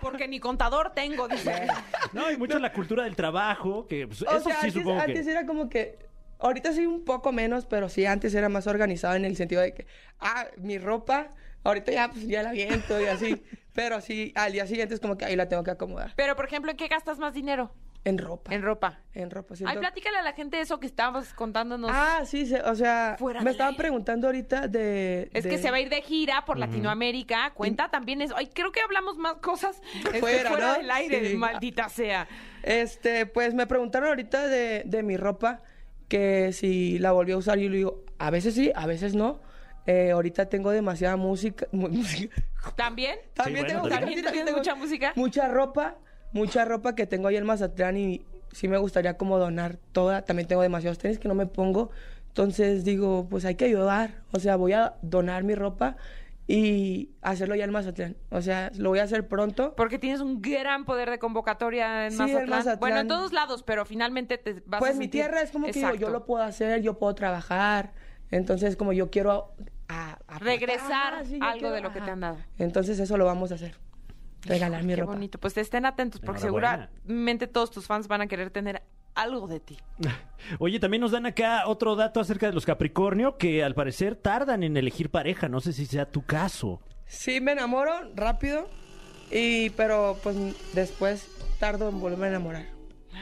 S2: Porque ni contador tengo,
S6: Eh.
S2: dice.
S3: no, y mucho la cultura del trabajo, que pues,
S6: O
S3: eso
S6: sea,
S3: sí
S6: antes,
S3: supongo
S6: antes
S3: que...
S6: era como que. Ahorita soy un poco menos, pero sí, antes era más organizado en el sentido de que, ah, mi ropa, ahorita ya, pues, ya la viento y así. pero sí, al día siguiente es como que ahí la tengo que acomodar.
S2: Pero, por ejemplo, ¿en qué gastas más dinero?
S6: En ropa.
S2: En ropa.
S6: En ropa,
S2: Ay,
S6: siento-
S2: platícale a la gente eso que estabas contándonos.
S6: Ah, sí, se- o sea,
S2: Fuera
S6: me
S2: del
S6: estaban
S2: aire.
S6: preguntando ahorita de...
S2: es que
S6: de-
S2: se va a ir de gira por Latinoamérica. Cuenta también eso. Ay, creo que hablamos más cosas este, fuera,
S6: Fuera, ¿no?
S2: del aire,
S6: Sí.
S2: maldita sea.
S6: Este, pues me preguntaron ahorita de, de mi ropa, que si la volví a usar, yo le digo, a veces sí, a veces no. Eh, ahorita tengo demasiada música. mu- música.
S2: ¿También?
S6: También
S3: bueno,
S6: tengo,
S3: también.
S2: ¿También tienes
S6: tengo
S2: mucha música?
S6: Mucha ropa, mucha ropa que tengo ahí en Mazatlán y sí me gustaría como donar toda. También tengo demasiados tenis que no me pongo. Entonces digo, pues hay que ayudar. O sea, voy a donar mi ropa y hacerlo ya en Mazatlán. O sea, lo voy a hacer pronto.
S2: Porque tienes un gran poder de convocatoria en,
S6: Sí, en
S2: Mazatlán.
S6: Mazatlán.
S2: Bueno, en todos lados, pero finalmente te vas a
S6: Pues mi
S2: sentir-
S6: tierra es como que digo, yo
S2: Exacto.
S6: lo puedo hacer, yo puedo trabajar. Entonces, como yo quiero a- a- aportar,
S2: Regresar
S6: ajá, yo
S2: algo de lo que te han dado.
S6: Entonces, eso lo vamos a hacer. Regalar mi
S2: Qué
S6: ropa.
S2: bonito. Pues estén atentos porque
S3: Enhorabuena.
S2: seguramente todos tus fans van a querer tener algo de ti.
S3: Oye, también nos dan acá otro dato acerca de los Capricornio que al parecer tardan en elegir pareja, no sé si sea tu caso.
S6: Sí, me enamoro rápido, y, pero pues después tardo en volverme a enamorar.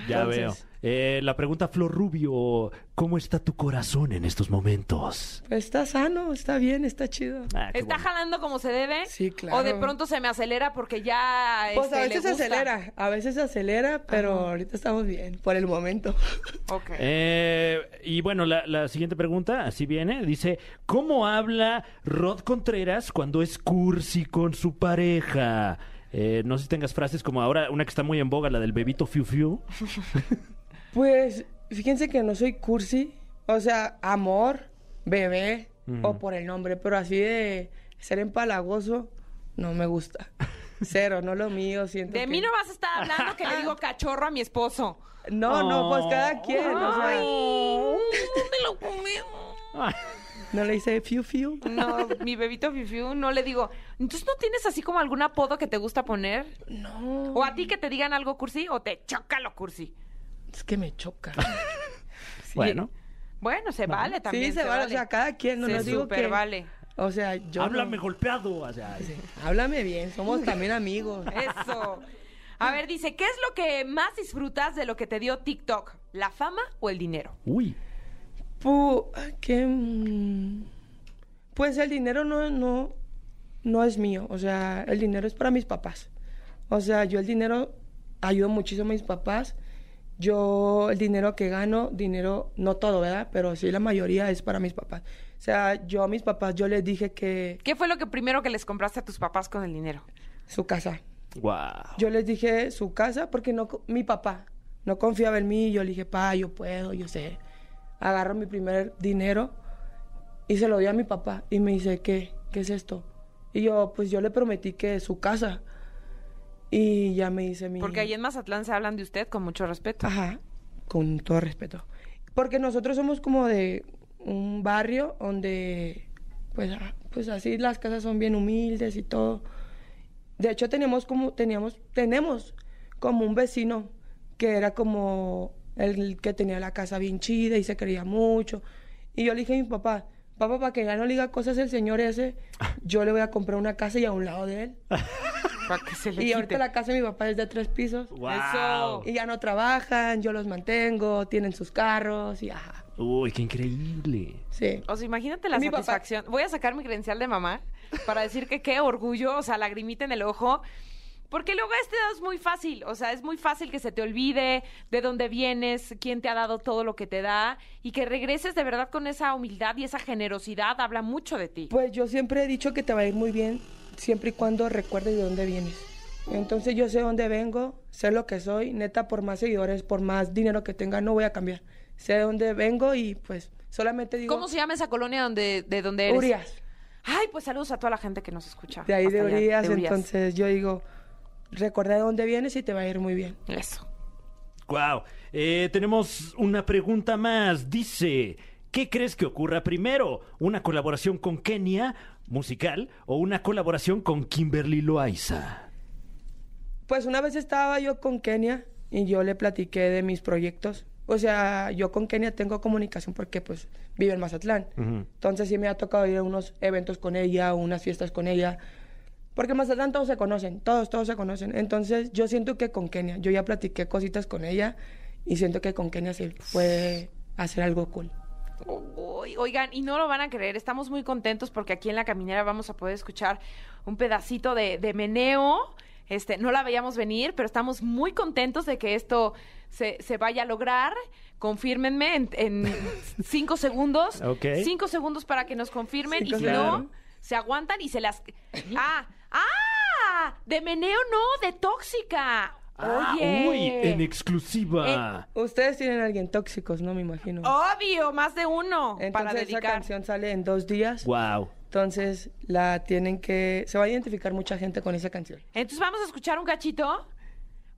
S3: Ya
S6: Entonces-
S3: veo. Eh, la pregunta Flor Rubio, ¿cómo está tu corazón en estos momentos?
S6: Pues está sano, está bien, está chido.
S3: Ah, qué
S2: ¿Está
S3: bueno.
S2: jalando como se debe?
S6: Sí, claro.
S2: O de pronto se me acelera porque ya.
S6: Pues a
S2: este, le
S6: veces se
S2: gusta?
S6: acelera, a veces se acelera, pero
S2: Ajá.
S6: ahorita estamos bien, por el momento.
S2: Ok.
S3: Eh, y bueno, la, la siguiente pregunta, así viene, dice, ¿cómo habla Rod Contreras cuando es cursi con su pareja? Eh, no sé si tengas frases como ahora, una que está muy en boga, la del bebito fiu fiu.
S6: Pues fíjense que no soy cursi, o sea, amor, bebé o por el nombre, pero así de ser empalagoso no me gusta. Cero, no lo mío, siento
S2: De
S6: que-
S2: mí no vas a estar hablando que le digo cachorro a mi esposo.
S6: No, no, pues cada
S3: Oh.
S6: quien, o sea,
S3: Ah,
S6: no le hice fiu fiu.
S2: No, mi bebito Fifiu, no le digo. Entonces, ¿no tienes así como algún apodo que te gusta poner?
S6: No,
S2: ¿O a ti que te digan algo cursi o te choca lo cursi?
S6: es que me choca.
S3: Bueno,
S2: Bueno, se vale también.
S6: sí, se, vale, o sea, cada quien, no
S2: Se
S6: les digo que
S2: supervale.
S6: O sea, yo
S3: háblame
S6: no-
S3: golpeado. o sea,
S6: Sí, háblame bien, somos también amigos.
S2: Eso. A ver, dice, ¿qué es lo que más disfrutas de lo que te dio TikTok? ¿La fama o el dinero?
S3: Uy,
S6: Pu- que, mm, pues el dinero no, no, no es mío, o sea, el dinero es para mis papás. O sea, yo el dinero ayudo muchísimo a mis papás. Yo el dinero que gano, dinero, no todo, ¿verdad? Pero sí la mayoría es para mis papás. O sea, yo a mis papás, yo les dije que
S2: ¿Qué fue lo que primero que les compraste a tus papás con el dinero?
S6: su casa.
S3: wow.
S6: Yo les dije su casa porque no, co- mi papá no confiaba en mí. Yo le dije, pa, yo puedo, yo sé. Agarro mi primer dinero y se lo di a mi papá. Y me dice, ¿qué? ¿Qué es esto? Y yo, pues yo le prometí que su casa. Y ya me dice mi... Ah.
S2: Porque ahí en Mazatlán se hablan de usted con mucho respeto.
S6: Ajá, con todo respeto. Porque nosotros somos como de un barrio donde, pues, ah, pues así las casas son bien humildes y todo. De hecho, teníamos como, teníamos, tenemos como un vecino que era como el que tenía la casa bien chida y se quería mucho. Y yo le dije a mi papá, papá, para que ya no le diga cosas el señor ese, yo le voy a comprar una casa y a un lado de él.
S2: Para que se le
S6: Y
S2: quite.
S6: ahorita la casa de mi papá es de tres pisos.
S3: Wow.
S6: Y ya no trabajan, yo los mantengo, tienen sus carros y ajá.
S3: Uy, qué increíble.
S6: Sí.
S2: O sea, imagínate la
S6: Mi papá-
S2: satisfacción. Voy a sacar mi credencial de mamá para decir que qué orgullo, o sea, lagrimita en el ojo. Porque luego este es muy fácil, o sea, es muy fácil que se te olvide de dónde vienes, quién te ha dado todo lo que te da y que regreses de verdad con esa humildad y esa generosidad habla mucho de ti.
S6: Pues yo siempre he dicho que te va a ir muy bien siempre y cuando recuerdes de dónde vienes. Entonces yo sé dónde vengo, sé lo que soy, neta, por más seguidores, por más dinero que tenga, no voy a cambiar. Sé de dónde vengo y pues solamente digo...
S2: ¿Cómo se llama esa colonia donde, de donde eres?
S6: Urias.
S2: Ay, pues saludos a toda la gente que nos escucha.
S6: De ahí de
S2: hasta allá,
S6: Urias,
S2: de Urias.
S6: entonces yo digo, recuerda de dónde vienes y te va a ir muy bien.
S2: Eso.
S3: Wow. Eh, tenemos una pregunta más. Dice, ¿qué crees que ocurra primero? ¿Una colaboración con Kenia musical o una colaboración con Kimberly Loaiza?
S6: Pues una vez estaba yo con Kenia y yo le platiqué de mis proyectos. O sea, yo con Kenia tengo comunicación porque pues vive en Mazatlán. Entonces sí me ha tocado ir a unos eventos con ella, unas fiestas con ella. Porque en Mazatlán todos se conocen, todos, todos se conocen. Entonces yo siento que con Kenia, yo ya platiqué cositas con ella y siento que con Kenia se puede hacer algo cool.
S2: Uy, oigan, y no lo van a creer, estamos muy contentos porque aquí en la caminera vamos a poder escuchar un pedacito de, de meneo. Este, no la veíamos venir, pero estamos muy contentos de que esto se, se vaya a lograr. Confírmenme en, en cinco segundos.
S3: Ok.
S2: Cinco segundos para que nos confirmen.
S6: Cinco
S2: y si
S3: segundos.
S2: no, se aguantan y se las. ¡Ah! ¡Ah! De meneo no, de tóxica.
S3: Ah,
S2: Oye.
S3: uy, en exclusiva.
S6: Ustedes tienen a alguien tóxicos, ¿no? Me imagino.
S2: Obvio, más de uno. Oh, para
S6: Entonces esa
S2: dedicar.
S6: canción sale en dos días.
S3: Wow.
S6: Entonces la tienen que... Se va a identificar mucha gente con esa canción.
S2: Entonces vamos a escuchar un cachito.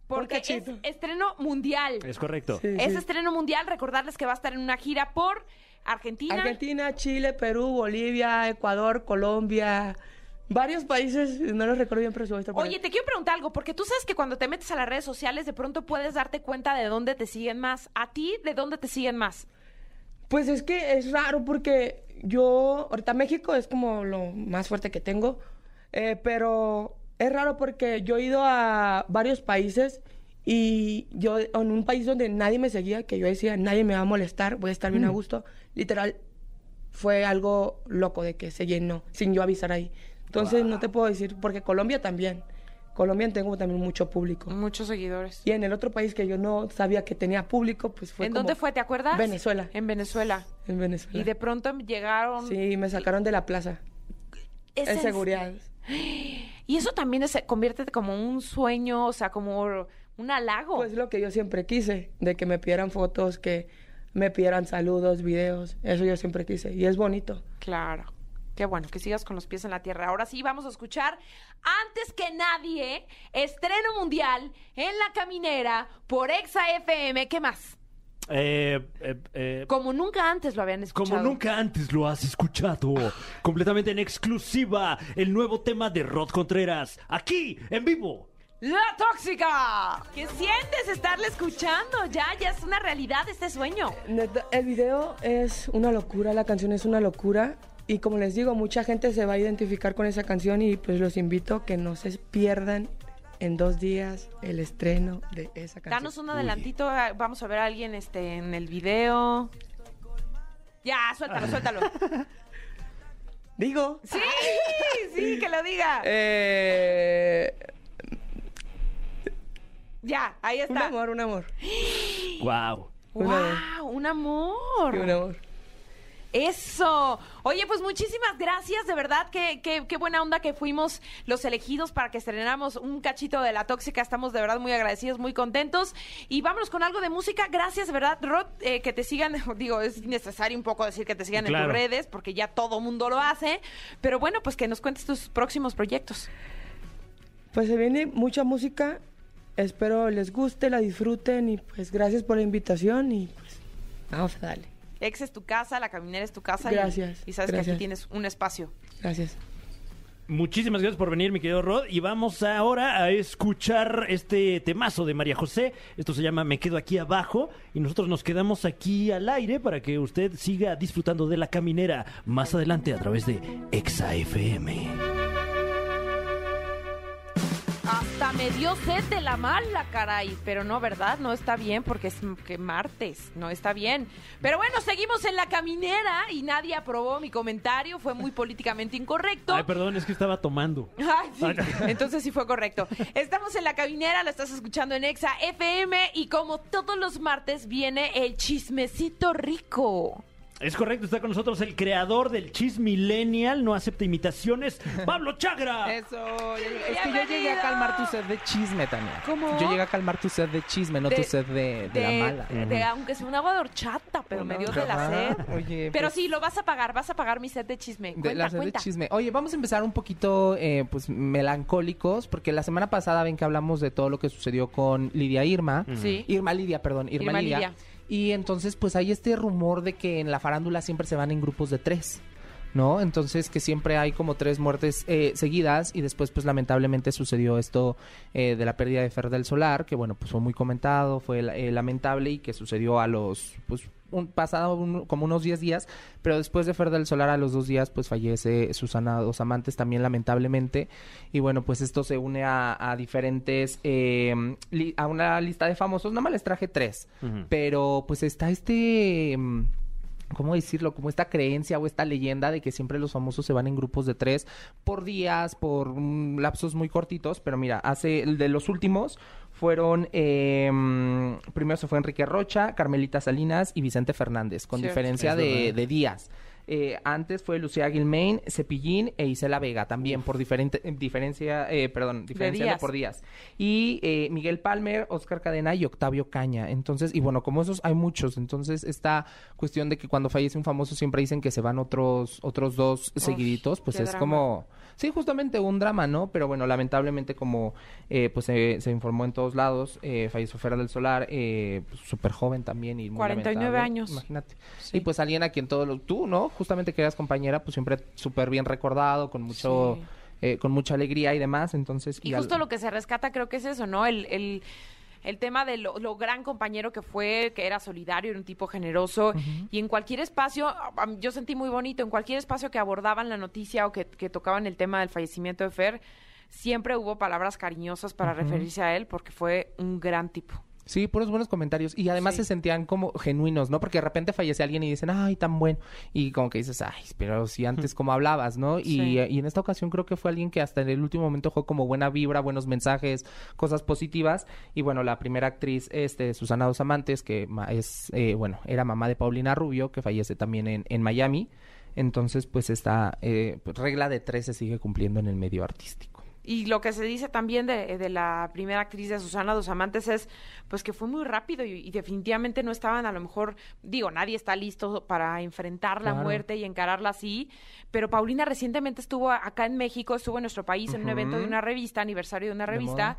S2: Porque
S6: cachito.
S2: es estreno mundial.
S3: Es correcto.
S6: Sí,
S2: Es
S6: sí.
S2: estreno mundial. Recordarles que va a estar en una gira por Argentina.
S6: Argentina, Chile, Perú, Bolivia, Ecuador, Colombia, varios países, no los recuerdo bien, pero se va a estar por
S2: Oye,
S6: ahí.
S2: te quiero preguntar algo, porque tú sabes que cuando te metes a las redes sociales de pronto puedes darte cuenta de dónde te siguen más. ¿A ti de dónde te siguen más?
S6: Pues es que es raro porque yo, ahorita México es como lo más fuerte que tengo, eh, pero es raro porque yo he ido a varios países y yo en un país donde nadie me seguía, que yo decía, nadie me va a molestar, voy a estar
S2: Mm.
S6: bien a gusto, literal, fue algo loco de que se llenó sin yo avisar ahí. Entonces no te puedo decir, porque Colombia también, Colombia tengo también mucho público.
S2: Muchos seguidores.
S6: Y en el otro país que yo no sabía que tenía público, pues fue
S2: ¿En
S6: como-
S2: dónde fue? ¿Te acuerdas?
S6: Venezuela.
S2: En Venezuela.
S6: En Venezuela.
S2: Y de pronto llegaron...
S6: Sí, me sacaron de la plaza.
S2: Es
S6: En
S2: en-
S6: seguridad.
S2: Y eso también es, convierte como un sueño, o sea, como un halago.
S6: Pues lo que yo siempre quise, de que me pidieran fotos, que me pidieran saludos, videos. Eso yo siempre quise. Y es bonito.
S2: Claro. Qué bueno, que sigas con los pies en la tierra. Ahora sí, vamos a escuchar, antes que nadie, estreno mundial en la caminera por Exa FM. ¿Qué más?
S3: Eh, eh, eh,
S2: Como nunca antes lo habían escuchado.
S3: Como nunca antes lo has escuchado, completamente en exclusiva, el nuevo tema de Rod Contreras, aquí, en vivo.
S2: ¡La tóxica! ¿Qué sientes estarla escuchando? Ya, ya es una realidad este sueño.
S6: Neta, el video es una locura, la canción es una locura. Y como les digo, mucha gente se va a identificar con esa canción y pues los invito a que no se pierdan en dos días el estreno de esa canción.
S2: Danos un adelantito, ah, vamos a ver a alguien este, en el video. Ya, suéltalo, suéltalo.
S6: Digo.
S2: Sí, sí, que lo diga.
S6: Eh,
S2: Ya, ahí
S6: un
S2: está.
S6: amor, un amor.
S3: Wow.
S6: Un amor.
S2: ¡Wow! ¡Un amor!
S6: Sí, un amor.
S2: ¡Eso! Oye, pues muchísimas gracias, de verdad, qué, qué, qué buena onda que fuimos los elegidos para que estrenáramos un cachito de La Tóxica. Estamos de verdad muy agradecidos, muy contentos. Y vámonos con algo de música. Gracias, de verdad, Rod, eh, que te sigan. Digo, es necesario un poco decir que te sigan en
S3: Claro.
S2: tus redes, porque ya todo mundo lo hace. Pero bueno, pues que nos cuentes tus próximos proyectos.
S6: Pues se viene mucha música. Espero les guste, la disfruten y pues gracias por la invitación y pues vamos a darle.
S2: Ex es tu casa, La Caminera es tu casa. y-
S6: Gracias,
S2: Y, sabes que
S6: gracias.
S2: aquí tienes un espacio.
S6: Gracias.
S3: Muchísimas gracias por venir, mi querido Rod. Y vamos ahora a escuchar este temazo de María José. Esto se llama Me quedo aquí abajo. Y nosotros nos quedamos aquí al aire para que usted siga disfrutando de la caminera más adelante a través de Exa FM.
S2: Hasta Hasta me dio sed de la mala, caray. Pero no, ¿verdad? No está bien porque es m- que martes. No está bien. Pero bueno, seguimos en la caminera y nadie aprobó mi comentario. Fue muy políticamente incorrecto.
S3: Ay, perdón, es que estaba tomando.
S2: Ay, sí.
S3: Ay, no.
S2: Entonces sí fue correcto. Estamos en la cabinera, lo estás escuchando en Exa FM y como todos los martes viene el chismecito rico.
S3: Es correcto, está con nosotros el creador del Cheese Millennial, no acepta imitaciones, Pablo Chagra.
S7: Eso, ya llegué. es que
S2: Bienvenido.
S7: yo llegué a calmar tu sed de chisme, Tania.
S2: ¿Cómo?
S7: Yo llegué a calmar tu sed de chisme, no
S2: De-
S7: tu sed de, de la mala.
S2: de- aunque sea un agua de horchata, pero
S7: Una
S2: me dio de la sed.
S7: horchata. Oye,
S2: pero
S7: pues-
S2: sí, lo vas a pagar, vas a pagar mi set de chisme.
S7: De
S2: cuenta,
S7: la sed de
S2: cuenta.
S7: chisme. Oye, vamos a empezar un poquito, eh, pues, melancólicos, porque la semana pasada ven que hablamos de todo lo que sucedió con Lidia Irma.
S2: Sí.
S7: Irma Lidia, perdón, Irma,
S2: Irma
S7: Lidia.
S2: Lidia.
S7: Y entonces, pues hay este rumor de que en la farándula siempre se van en grupos de tres, ¿no? Entonces, que siempre hay como tres muertes eh, seguidas y después, pues lamentablemente sucedió esto eh, de la pérdida de Fer del Solar, que bueno, pues fue muy comentado, fue la- eh, lamentable y que sucedió a los, pues, un, pasado un- como unos 10 días, pero después de Fer del Solar a los dos días, pues fallece Susana Dos Amantes también lamentablemente. Y bueno, pues esto se une a, a diferentes, eh, li- a una lista de famosos, nada más les traje tres, pero pues está este... mm, ¿Cómo decirlo? Como esta creencia o esta leyenda de que siempre los famosos se van en grupos de tres por días, por mm, lapsos muy cortitos. Pero mira, hace el de los últimos fueron. eh, mm, primero se fue Enrique Rocha, Carmelita Salinas y Vicente Fernández, con
S2: Cierto.
S7: diferencia
S3: Es
S7: de,
S3: verdad.
S7: de días. Eh, antes fue Lucía Gilmain, Cepillín e Isela Vega, también por diferente, eh, diferencia, eh, perdón, diferenciando
S2: días.
S7: por días. Y eh, Miguel Palmer, Oscar Cadena y Octavio Caña. Entonces, y bueno, como esos hay muchos. Entonces, esta cuestión de que cuando fallece un famoso siempre dicen que se van otros, otros dos seguiditos, pues
S2: qué
S7: es
S2: drama.
S7: como, sí, justamente un drama, ¿no? Pero bueno, lamentablemente como eh, pues se- se informó en todos lados, eh, falleció Fera del Solar, eh, pues, súper joven también y muy
S2: 49
S7: lamentable.
S2: años.
S7: Imagínate. Y pues alguien a quien todos los, tú, ¿no? Justamente que eras compañera, pues siempre súper bien recordado, con mucho...
S2: Sí.
S7: eh, con mucha alegría y demás, entonces...
S2: Y
S7: al-
S2: justo lo que se rescata creo que es eso, ¿no? El, el, el tema de lo, lo gran compañero que fue, que era solidario, era un tipo generoso. Y en cualquier espacio, a- a mí- yo sentí muy bonito, en cualquier espacio que abordaban la noticia o que, que tocaban el tema del fallecimiento de Fer, siempre hubo palabras cariñosas para referirse a él porque fue un gran tipo.
S7: Sí, puros buenos comentarios. Y además
S2: Sí.
S7: se sentían como genuinos, ¿no? Porque de repente fallece alguien y dicen, ay, tan bueno. Y como que dices, ay, pero si antes como hablabas, ¿no? Y,
S2: Sí.
S7: eh, y en esta ocasión creo que fue alguien que hasta en el último momento fue como buena vibra, buenos mensajes, cosas positivas. Y bueno, la primera actriz, este, Susana Dos Amantes, que ma- es, eh, bueno, era mamá de Paulina Rubio, que fallece también en, en Miami. Entonces, pues esta eh, pues, regla de tres se sigue cumpliendo en el medio artístico.
S2: Y lo que se dice también de, de la primera actriz de Susana Dos Amantes es pues que fue muy rápido y, y definitivamente no estaban a lo mejor, digo, nadie está listo para enfrentar la
S7: Claro.
S2: muerte y encararla así, pero Paulina recientemente estuvo a- acá en México, estuvo en nuestro país en un evento de una revista, aniversario de una
S7: De
S2: revista
S7: moda.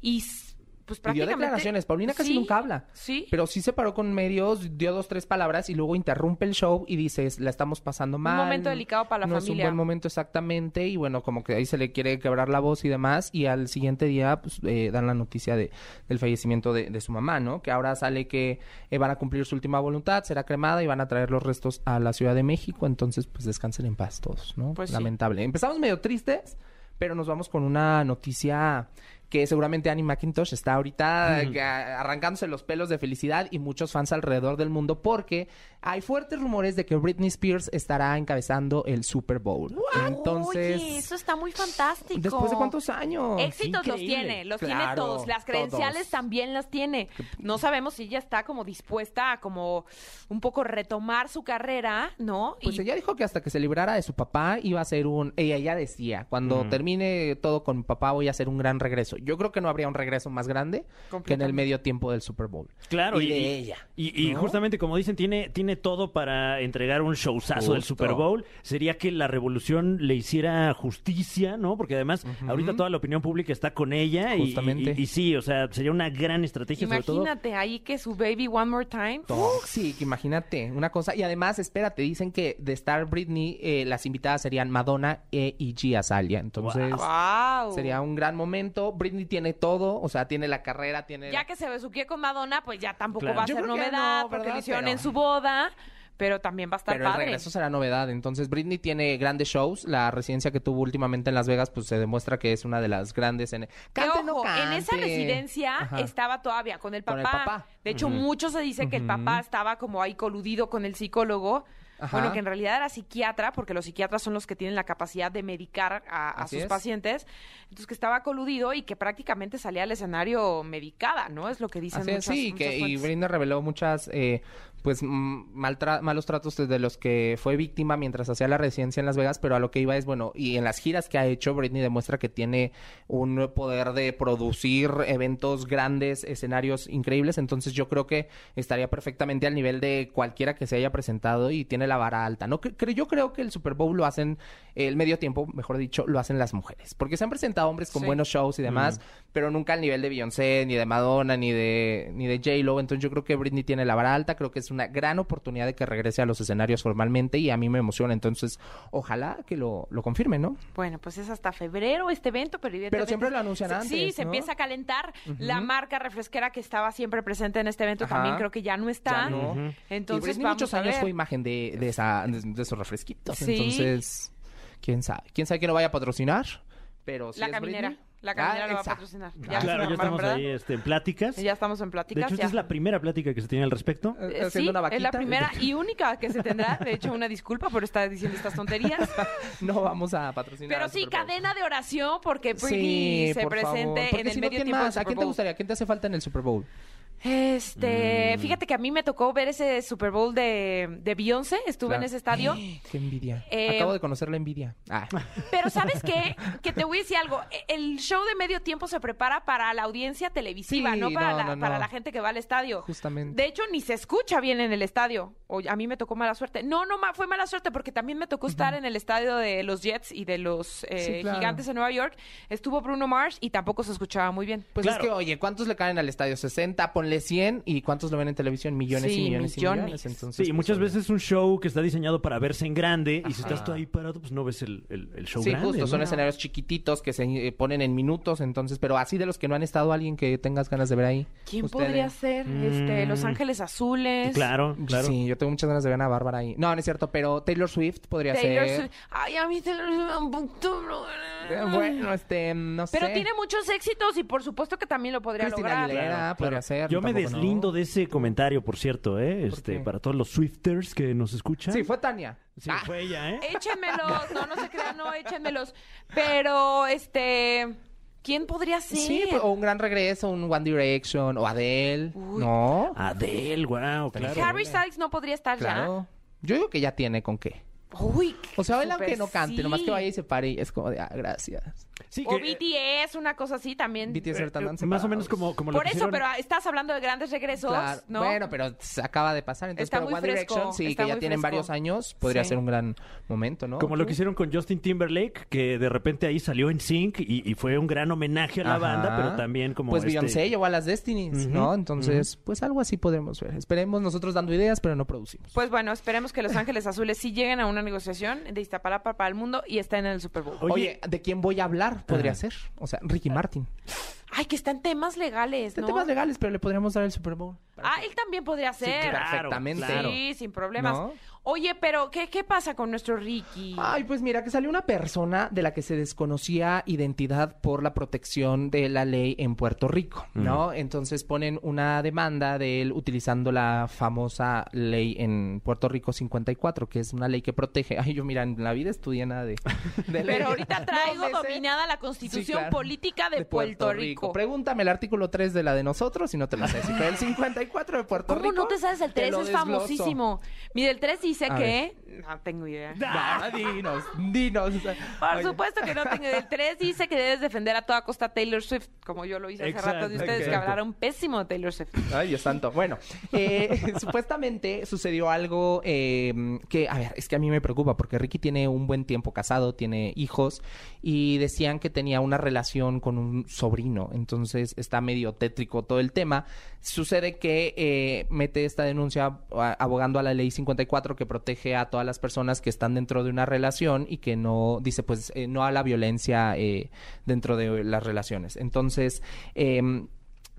S2: y s- pues
S7: Y dio
S2: prácticamente
S7: declaraciones. Paulina casi
S2: Sí,
S7: nunca habla.
S2: Sí.
S7: Pero sí se paró con medios, dio dos, tres palabras y luego interrumpe el show y dice, "Es- la estamos pasando mal.
S2: momento delicado para la
S7: no
S2: familia.
S7: es un buen momento exactamente y bueno, como que ahí se le quiere quebrar la voz y demás y al siguiente día pues eh, dan la noticia de, del fallecimiento de, de su mamá, ¿no? Que ahora sale que eh, van a cumplir su última voluntad, será cremada y van a traer los restos a la Ciudad de México, entonces pues descansen en paz todos, ¿no?
S2: Pues sí.
S7: Lamentable. Empezamos medio tristes, pero nos vamos con una noticia que seguramente Annie McIntosh está ahorita eh, arrancándose los pelos de felicidad y muchos fans alrededor del mundo porque hay fuertes rumores de que Britney Spears estará encabezando el Super Bowl. Entonces,
S2: Oye, eso está muy fantástico.
S7: ¿después de cuántos años?
S2: Éxitos los
S3: Increíble.
S2: tiene, los tiene
S7: Claro,
S2: todos, las credenciales
S7: todos.
S2: también las tiene. No sabemos si ella está como dispuesta a como un poco retomar su carrera, ¿no?
S7: Pues
S2: Y-
S7: ella dijo que hasta que se librara de su papá iba a ser un... Ella ya decía, cuando termine todo con mi papá voy a hacer un gran regreso. Yo creo que no habría un regreso más grande que en el medio tiempo del Super Bowl.
S3: Claro,
S7: y, de ella.
S3: Y, y
S7: ¿no?
S3: justamente como dicen, tiene, tiene todo para entregar un showzazo del
S7: Justo.
S3: Super Bowl. Sería que la revolución le hiciera justicia, ¿no? Porque además ahorita toda la opinión pública está con ella. y-
S7: Justamente.
S3: Y, y sí, o sea, sería una gran estrategia sobre todo.
S2: imagínate ahí que su baby One More Time.
S7: Toxic, imagínate, una cosa. Y además, espérate, dicen que de Star Britney eh, las invitadas serían Madonna e Iggy Azalea. Entonces,
S2: Wow.
S7: sería un gran momento. Britney tiene todo, o sea, tiene la carrera, tiene...
S2: Ya que se besuqué con Madonna, pues ya tampoco
S3: Claro.
S2: va a
S7: Yo
S2: ser
S7: creo que
S2: novedad
S7: no,
S2: porque lo
S7: ¿verdad?
S2: hicieron
S7: Pero-
S2: en su boda. pero también va a estar
S7: Pero el
S2: padre.
S7: regreso será novedad. Entonces, Britney tiene grandes shows. La residencia que tuvo últimamente en Las Vegas, pues se demuestra que es una de las grandes. En...
S2: Que,
S7: Cante, no
S2: ojo, en esa
S7: cante.
S2: residencia
S7: Ajá.
S2: estaba todavía con el
S7: Con
S2: papá.
S7: el papá.
S2: De hecho, mucho se dice que el papá estaba como ahí coludido con el psicólogo.
S7: Ajá.
S2: Bueno, que en realidad era psiquiatra, porque los psiquiatras son los que tienen la capacidad de medicar a, a
S7: Así
S2: sus
S7: es.
S2: pacientes. Entonces, que estaba coludido y que prácticamente salía al escenario medicada, ¿no? Es lo que dicen
S7: Así es,
S2: muchas,
S7: sí,
S2: muchas
S7: que, y
S2: fuentes.
S7: Britney reveló muchas, eh, pues, mm, maltra- malos tratos de los que fue víctima mientras hacía la residencia en Las Vegas, pero a lo que iba es, bueno, y en las giras que ha hecho, Britney demuestra que tiene un poder de producir eventos grandes, escenarios increíbles, entonces yo creo que estaría perfectamente al nivel de cualquiera que se haya presentado y tiene la vara alta, ¿no? Cre- cre- yo creo que el Super Bowl lo hacen, el medio tiempo, mejor dicho, lo hacen las mujeres, porque se han presentado hombres con
S2: Sí.
S7: buenos shows y demás, pero nunca al nivel de Beyoncé, ni de Madonna, ni de, ni de J-Lo. Entonces yo creo que Britney tiene la vara alta, creo que es una gran oportunidad de que regrese a los escenarios formalmente y a mí me emociona. Entonces, ojalá que lo, lo confirme, ¿no?
S2: Bueno, pues es hasta febrero este evento, pero evidentemente...
S7: siempre lo anuncian
S2: se- Sí,
S7: antes,
S2: se
S7: ¿no?
S2: empieza a calentar. La marca refresquera que estaba siempre presente en este evento
S7: Ajá.
S2: también creo que ya no está.
S7: Ya no. Ujú.
S2: Entonces,
S7: y Britney
S2: vamos
S7: muchos
S2: a
S7: años
S2: ver.
S7: fue imagen de, de, esa, de, de esos refresquitos.
S2: Sí.
S7: Entonces, quién sabe. Quién sabe que no vaya a patrocinar, pero sí
S2: La
S7: es
S2: caminera.
S7: Britney.
S2: La caminera
S7: Ah,
S2: lo va a
S7: exacto.
S2: patrocinar. Ya se
S3: Claro, ya
S2: armaron,
S3: estamos
S2: ¿verdad?
S3: ahí este, en pláticas.
S2: Ya estamos en
S3: De
S2: pláticas.
S3: hecho, esta
S2: ya.
S3: es la primera plática que se tiene al respecto.
S7: Eh,
S2: Eh,
S7: haciendo
S2: sí,
S7: una
S2: es la
S7: vaquita.
S2: primera y única que se tendrá. De hecho, una disculpa por estar diciendo estas tonterías.
S7: No vamos a patrocinar.
S2: Pero
S7: al
S2: sí,
S7: Super Bowl.
S2: cadena de oración porque Britney se
S7: por favor.
S2: presente
S7: Porque
S2: en el
S7: si no,
S2: medio
S7: ¿quién
S2: tiempo. del
S7: más? ¿A
S2: Super
S7: quién te
S2: Bowl.
S7: gustaría? Mm. ¿Quién te hace falta en el Super Bowl?
S2: Este, fíjate que a mí me tocó ver ese Super Bowl de, de Beyoncé. Estuve
S7: Claro.
S2: en ese estadio.
S7: Qué envidia.
S2: Eh,
S7: Acabo de conocer la envidia. Ah.
S2: Pero ¿sabes qué? Que te voy a decir algo. E- El show de medio tiempo se prepara para la audiencia televisiva,
S7: Sí,
S2: no, para,
S7: no,
S2: la,
S7: no, no.
S2: para la gente que va al estadio.
S7: Justamente.
S2: De hecho, ni se escucha bien en el estadio. O a mí me tocó mala suerte. No, no, ma- fue mala suerte porque también me tocó estar en el estadio de los Jets y de los eh,
S7: Sí, claro.
S2: Gigantes de Nueva York. Estuvo Bruno Mars y tampoco se escuchaba muy bien.
S7: Pues
S3: Claro.
S7: es que, oye, ¿cuántos le caen al estadio? 60, ponle 100. ¿Y cuántos lo ven en televisión? Millones
S2: Sí,
S7: y millones,
S2: millones.
S7: y millones. Entonces,
S3: Sí,
S7: pues,
S3: muchas
S7: oye.
S3: veces un show que está diseñado para verse en grande y si
S7: Ajá.
S3: estás tú ahí parado, pues no ves el, el- el show
S7: Sí,
S3: grande.
S7: justo,
S3: ¿no?
S7: son escenarios chiquititos que se eh, ponen en minutos, entonces, pero así de los que no han estado, alguien que tengas ganas de ver ahí.
S2: ¿Quién
S7: Ustedes. Mm.
S2: podría ser? Este, Los Ángeles Azules.
S3: Claro, claro.
S7: Sí, yo tengo muchas ganas de ver a Bárbara ahí. No, no es cierto, pero Taylor Swift podría
S2: Taylor
S7: ser.
S2: Swift. Ay, a mí Taylor Swift me apuntó, bro.
S7: Eh, Bueno, este, no sé.
S2: Pero tiene muchos éxitos y por supuesto que también lo podría
S7: Cristina
S2: lograr.
S7: Aguilera podría ser.
S3: Yo me
S7: tampoco, ¿no?
S3: deslindo de ese comentario, por cierto, ¿eh? Este,
S7: qué?
S3: para todos los Swifters que nos escuchan.
S7: Sí, fue Tania.
S3: Sí, fue ella, ¿eh?
S2: Échenmelos, no, no se crean, no, échenmelos. Pero, este, ¿quién podría ser?
S7: Sí, pues, o un gran regreso, un One Direction, o Adele.
S2: Uy.
S7: No.
S3: Adele, wow, claro.
S2: Harry Styles no podría estar
S7: Claro. Yo digo que ya tiene con qué.
S2: ya. Uy,
S7: O sea, baila
S2: súper
S7: aunque no cante,
S2: sí.
S7: nomás que vaya y se pare y es como de, ah, gracias.
S3: Sí,
S2: O
S3: que, eh,
S2: BTS, una cosa así también.
S7: BTS ahorita andan
S3: eh, más o menos
S7: separados.
S3: como, como lo
S2: Por
S3: que
S2: eso,
S3: hicieron-
S2: pero ah, estás hablando de grandes regresos,
S7: Claro.
S2: ¿no?
S7: Bueno, pero se acaba de pasar. Entonces,
S2: Está
S7: pero
S2: muy
S7: One
S2: fresco,
S7: Direction, sí,
S2: está
S7: que ya
S2: muy
S7: tienen
S2: fresco.
S7: varios años, podría
S2: Sí.
S7: ser un gran momento, ¿no?
S3: Como lo que hicieron con Justin Timberlake, que de repente ahí salió en Sync y, y fue un gran homenaje a la
S7: Ajá.
S3: banda, pero también como.
S7: Pues
S3: este-
S7: Beyoncé llevó a las Destinies, ¿no?
S3: Ujú,
S7: Entonces, pues algo así podremos ver. Esperemos nosotros dando ideas, pero no producimos.
S2: Pues bueno, esperemos que Los Ángeles Azules sí lleguen a una negociación de Iztapalapa para el mundo y estén en el Super Bowl.
S3: Oye-
S7: Oye, ¿de quién voy a hablar? Podría
S3: Ajá.
S7: ser. O sea, Ricky Martin. Este
S2: Ay, que está en temas legales,
S7: De
S2: ¿no?
S7: temas legales, pero le podríamos dar el Super Bowl.
S2: Ah, él también podría ser.
S3: claro,
S7: perfectamente.
S3: claro.
S2: Sí, sin problemas.
S7: ¿No?
S2: Oye, pero ¿qué, ¿qué pasa con nuestro Ricky?
S7: Ay, pues mira, que salió una persona de la que se desconocía identidad por la protección de la ley en Puerto Rico, ¿no? Entonces ponen una demanda de él utilizando la famosa ley en Puerto Rico 54, que es una ley que protege. Ay, yo mira, en la vida estudié nada de, de ley.
S2: pero ahorita traigo
S7: No me sé.
S2: dominada la
S7: Sí,
S2: constitución
S7: claro.
S2: política de, Puerto, Rico.
S7: Pregúntame el artículo 3 de la de nosotros y no te lo sé. decir, pero el 54 de Puerto
S2: ¿Cómo
S7: Rico.
S2: no te sabes el
S7: te
S2: 3?
S7: lo
S2: Es
S7: desgloso.
S2: famosísimo. Mira, el 3 dice
S7: A
S2: que... No tengo idea.
S7: No, Ah, dinos, dinos.
S2: Por
S7: Oye.
S2: supuesto que no tengo idea. El 3 dice que debes defender a toda costa a Taylor Swift, como yo lo hice hace
S3: Exacto,
S2: rato de ustedes, que
S7: exacto.
S2: hablaron pésimo de Taylor Swift.
S7: Ay, Dios santo. Bueno, eh, supuestamente sucedió algo eh, que, a ver, es que a mí me preocupa porque Ricky tiene un buen tiempo casado, tiene hijos y decían que tenía una relación con un sobrino, entonces está medio tétrico todo el tema. Sucede que eh, mete esta denuncia a- abogando a la ley 54 que protege a todas las personas que están dentro de una relación y que no, dice, pues, eh, no a la violencia eh, dentro de las relaciones. Entonces, eh,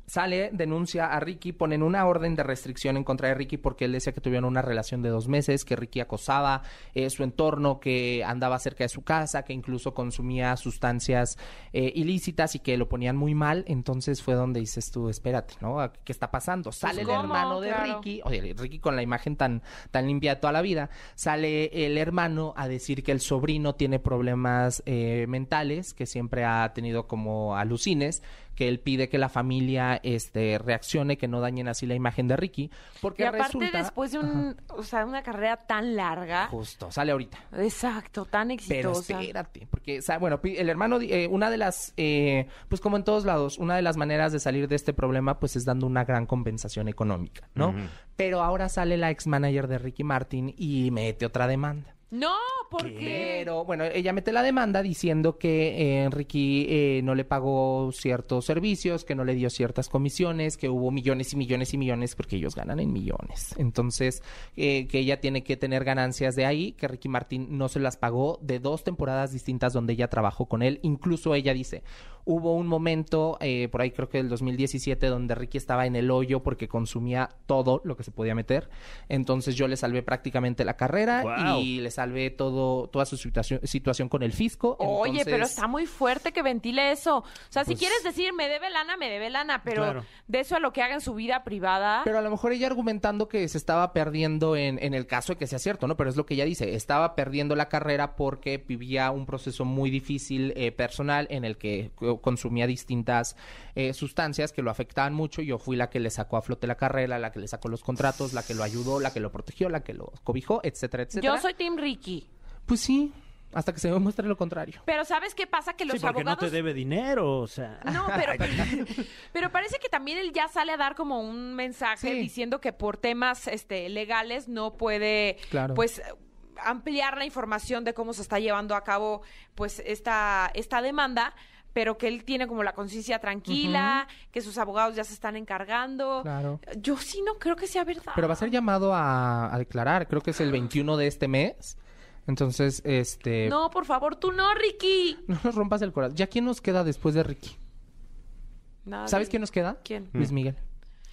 S7: Sale, denuncia a Ricky, ponen una orden de restricción en contra de Ricky porque él decía que tuvieron una relación de dos meses, que Ricky acosaba eh, su entorno, que andaba cerca de su casa, que incluso consumía sustancias eh, ilícitas y que lo ponían muy mal. Entonces fue donde dices tú, espérate, ¿no? ¿Qué está pasando? Sale
S2: Pues, ¿cómo?
S7: el hermano de
S2: Claro.
S7: Ricky, oye, Ricky con la imagen tan, tan limpia de toda la vida, sale el hermano a decir que el sobrino tiene problemas eh, mentales, que siempre ha tenido como alucines, que él pide que la familia este, reaccione, que no dañen así la imagen de Ricky, porque
S2: y aparte
S7: resulta...
S2: después de un, o sea, una carrera tan larga,
S7: Justo, sale ahorita.
S2: exacto, tan
S7: Pero
S2: exitosa.
S7: espérate, porque, o sea, bueno, pi- el hermano, di- eh, una de las, eh, pues como en todos lados, una de las maneras de salir de este problema, pues es dando una gran compensación económica, ¿no? Pero ahora sale la ex manager de Ricky Martin y mete otra demanda.
S2: no, porque
S7: Pero bueno, ella mete la demanda diciendo que eh, Ricky eh, no le pagó ciertos servicios, que no le dio ciertas comisiones, que hubo millones y millones y millones, porque ellos ganan en millones. Entonces, eh, que ella tiene que tener ganancias de ahí, que Ricky Martín no se las pagó de dos temporadas distintas donde ella trabajó con él. Incluso ella dice, hubo un momento, eh, por ahí creo que del 2017, donde Ricky estaba en el hoyo porque consumía todo lo que se podía meter. Entonces yo le salvé prácticamente la carrera
S3: Guau.
S7: y y le salvé todo, toda su situación, situación con el fisco.
S2: Oye, pero
S7: entonces-
S2: está muy fuerte que ventile eso. O sea, si
S7: Pues-
S2: quieres decir me debe lana, me debe lana, pero
S3: Claro.
S2: de eso a lo que haga en su vida privada.
S7: Pero a lo mejor ella argumentando que se estaba perdiendo en, en el caso de que sea cierto, ¿no? Pero es lo que ella dice, estaba perdiendo la carrera porque vivía un proceso muy difícil eh, personal en el que co- consumía distintas eh, sustancias que lo afectaban mucho. Yo fui la que le sacó a flote la carrera, la que le sacó los contratos, la que lo ayudó, la que lo protegió, la que lo cobijó, etcétera, etcétera.
S2: Yo soy Team Ricky.
S7: Pues sí, hasta que se demuestre lo contrario.
S2: Pero ¿sabes qué pasa? Que los
S3: Sí, porque no
S2: abogados...
S3: te debe dinero, o sea.
S2: No, pero, pero parece que también él ya sale a dar como un mensaje
S7: Sí.
S2: diciendo que por temas este, legales no puede,
S7: Claro.
S2: pues ampliar la información de cómo se está llevando a cabo pues esta esta demanda, pero que él tiene como la conciencia tranquila, que sus abogados ya se están encargando.
S7: Claro.
S2: Yo sí no creo que sea verdad.
S7: Pero va a ser llamado a, a declarar, creo que es el 21 de este mes. Entonces, este...
S2: No, por favor, tú no, Ricky.
S7: No nos rompas el corazón. ¿Ya quién nos queda después de Ricky?
S2: Nadie.
S7: ¿Sabes quién nos queda?
S2: ¿Quién?
S7: Luis Miguel.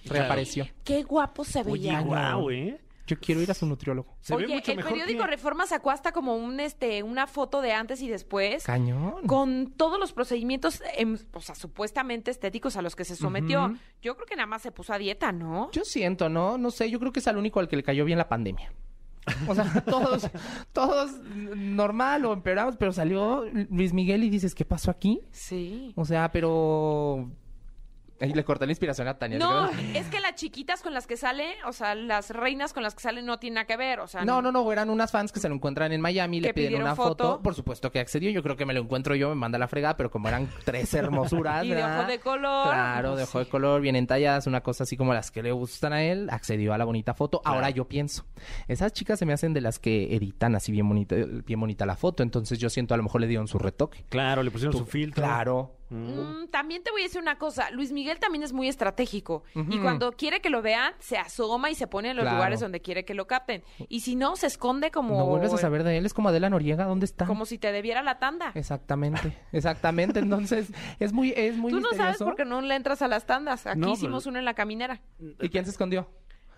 S7: Reapareció.
S2: Qué guapo se veía.
S7: Oye,
S3: Guau, ¿eh?
S7: Yo quiero ir a su nutriólogo.
S3: Se
S2: Oye,
S3: ve mucho
S2: el
S3: mejor
S2: periódico
S3: que-
S2: Reforma sacó hasta como un este una foto de antes y después.
S7: Cañón.
S2: con todos los procedimientos, em, o sea, supuestamente estéticos a los que se sometió.
S7: Ujú.
S2: Yo creo que nada más se puso a dieta, ¿no?
S7: Yo siento, ¿no? No sé, yo creo que es al único al que le cayó bien la pandemia. O sea, todos, todos normal o empeoramos, pero salió Luis Miguel y dices, ¿qué pasó aquí?
S2: Sí.
S7: O sea, pero... Ahí le corté la inspiración a Tania.
S2: No,
S7: ¿sí?
S2: es que las chiquitas con las que sale, o sea, las reinas con las que sale no tiene nada que ver, o sea,
S7: No, no, no, eran unas fans que se lo encuentran en Miami, le
S2: ¿Que
S7: piden
S2: pidieron
S7: una foto.
S2: foto?
S7: Por supuesto que accedió, yo creo que me lo encuentro yo, me manda la fregada, pero como eran tres hermosuras.
S2: Y de
S7: ¿verdad?
S2: ojo de color.
S7: Claro, de
S2: Pues
S7: ojo de color, bien entalladas, una cosa así como las que le gustan a él, accedió a la bonita foto. Ahora yo pienso, esas chicas se me hacen de las que editan así bien bonita, bien bonita la foto, entonces yo siento a lo mejor le dieron su retoque.
S3: Claro, le pusieron su filtro.
S7: Claro.
S2: Mm, también te voy a decir una cosa, Luis Miguel también es muy estratégico y
S7: Ujú.
S2: cuando quiere que lo vean se asoma y se pone en los
S7: Claro.
S2: lugares donde quiere que lo capten y si no se esconde como
S7: No vuelves a saber de él, es como Adela Noriega, ¿dónde está?
S2: como si te debiera la tanda.
S7: Exactamente, exactamente, entonces es muy, es muy
S2: Tú no sabes
S7: misterioso. pues.
S2: porque no le entras a las tandas. Aquí
S3: No, pero-
S2: hicimos uno en la caminera.
S7: ¿Y quién se escondió?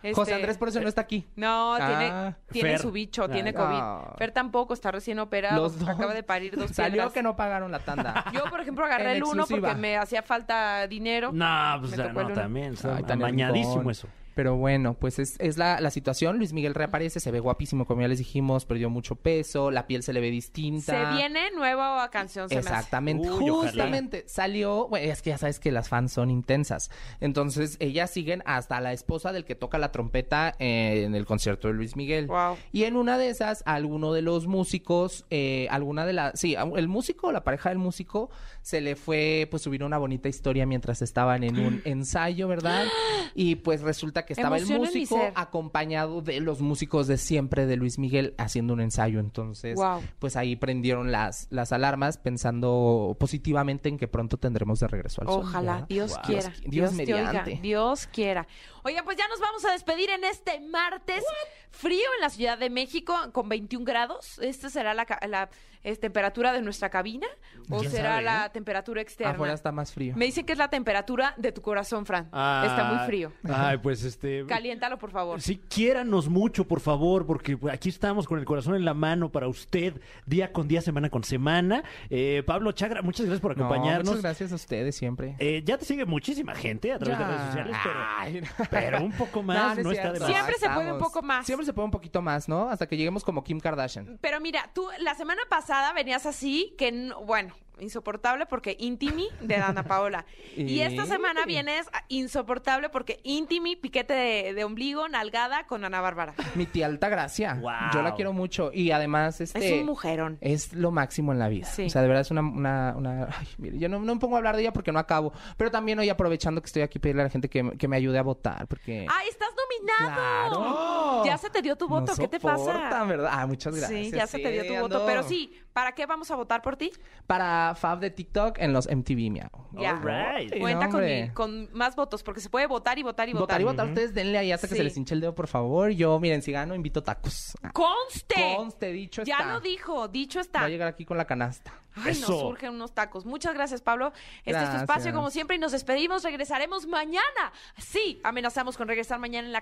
S2: Este-
S7: José Andrés por eso no está aquí.
S2: No,
S7: Ah,
S2: tiene, tiene
S3: Fer.
S2: su bicho,
S3: Ay.
S2: tiene COVID.
S7: Ah.
S2: Fer tampoco está recién operado.
S7: Los dos.
S2: Acaba de parir dos
S7: Salió
S2: piedras.
S7: que no pagaron la tanda.
S2: Yo, por ejemplo, agarré
S7: En
S2: el uno
S7: exclusiva.
S2: porque me hacía falta dinero.
S3: No, pues
S2: Me
S3: ah,
S2: tocó el
S3: no,
S2: uno.
S3: también. Está
S7: Ay, tan
S3: amañadísimo
S7: rincón.
S3: eso.
S7: Pero bueno, pues es, es la, la situación. Luis Miguel reaparece, se ve guapísimo, como ya les dijimos, perdió mucho peso, la piel se le ve
S2: Se
S7: distinta.
S2: viene nueva canción, se
S7: Exactamente,
S3: Uy, ojalá.
S7: justamente salió, bueno, es que ya sabes que las fans son intensas, entonces ellas siguen hasta la esposa del que toca la trompeta eh, en el concierto de Luis Miguel.
S2: Wow.
S7: Y en una de esas, alguno de los músicos, eh, alguna de las, sí, el músico, la pareja del músico, se le fue, pues subir una bonita historia mientras estaban en un ensayo, ¿verdad? Y pues resulta que estaba el
S2: Emoción en mi
S7: músico
S2: ser.
S7: acompañado de los músicos de siempre de Luis Miguel haciendo un ensayo, entonces
S2: Guau.
S7: pues ahí prendieron las, las alarmas pensando positivamente en que pronto tendremos de regreso al
S2: me hace.
S7: sol.
S2: Ojalá,
S7: ¿verdad?
S2: Dios quiera.
S7: Dios, Dios
S2: te oiga,
S7: mediante.
S2: Dios quiera. Oigan, pues ya nos vamos a despedir en este martes frío en la Ciudad de México con 21 grados. Esta será la, ca- la es temperatura de nuestra cabina o
S3: ¿Quién
S2: será
S3: sabe,
S2: la
S3: eh?
S2: temperatura externa?
S7: Afuera Ah, está más frío.
S2: Me dicen que es la temperatura de tu corazón, Fran.
S3: Ah,
S2: Está muy frío.
S3: Ay, pues este.
S2: Caliéntalo, por favor.
S3: Sí, quiéranos mucho, por favor, porque aquí estamos con el corazón en la mano para usted, día con día, semana con semana. Eh, Pablo Chagra, muchas gracias por
S7: No,
S3: acompañarnos.
S7: muchas gracias a ustedes siempre.
S3: Eh, ya te sigue muchísima gente a través de redes sociales, pero,
S7: Ay, no.
S3: pero un poco más no,
S7: es
S3: está de
S7: cierto.
S3: más.
S2: Siempre se puede un
S7: Estamos-
S2: poco más.
S7: Siempre se puede un poquito más, ¿no? Hasta que lleguemos como Kim Kardashian.
S2: Pero mira, tú la semana pasada venías así, que no- bueno, insoportable porque Intimi de Dana Paola. y esta
S7: Y-
S2: semana vienes a- insoportable porque Intimi, piquete de, de ombligo, nalgada con Ana Bárbara.
S7: Mi tía Altagracia.
S3: Wow.
S7: Yo la quiero mucho. Y además, este.
S2: Es un mujerón.
S7: Es lo máximo en la vida.
S2: Sí.
S7: O sea, de verdad es una... una- una- ay, mire, yo no, no me pongo a hablar de ella porque no acabo. Pero también hoy aprovechando que estoy aquí, pedirle a la gente que, que me ayude a votar porque...
S2: ¡Ay, estás nominado! ¡Oh!
S7: ¡Claro!
S2: Ya se te dio tu
S7: No
S2: voto, ¿qué te
S7: soportan,
S2: pasa?
S7: ¿verdad? Ah, muchas gracias.
S2: Sí, ya se te dio tu voto.
S7: ando-
S2: Pero sí, ¿para qué vamos a votar por ti?
S7: Para Fab de TikTok en los MTV, miau.
S2: Ya.
S3: Alright. Sí,
S2: Cuenta
S7: no,
S2: con,
S7: hombre.
S2: mi- con más votos, porque se puede votar y votar y votar.
S7: Votar y votar. Ustedes denle ahí hasta que
S2: Sí.
S7: se les hinche el dedo, por favor. Yo, miren, si gano, invito tacos. Ah,
S2: ¡Conste!
S7: Conste, dicho
S2: ya
S7: está.
S2: lo dijo, dicho
S7: Va
S2: está.
S7: a llegar aquí con la canasta.
S2: Ay,
S3: Eso.
S2: nos surgen unos tacos. Muchas gracias, Pablo. Este es tu
S7: Gracias.
S2: espacio, como siempre, y nos despedimos. Regresaremos mañana. Sí, amenazamos con regresar mañana en la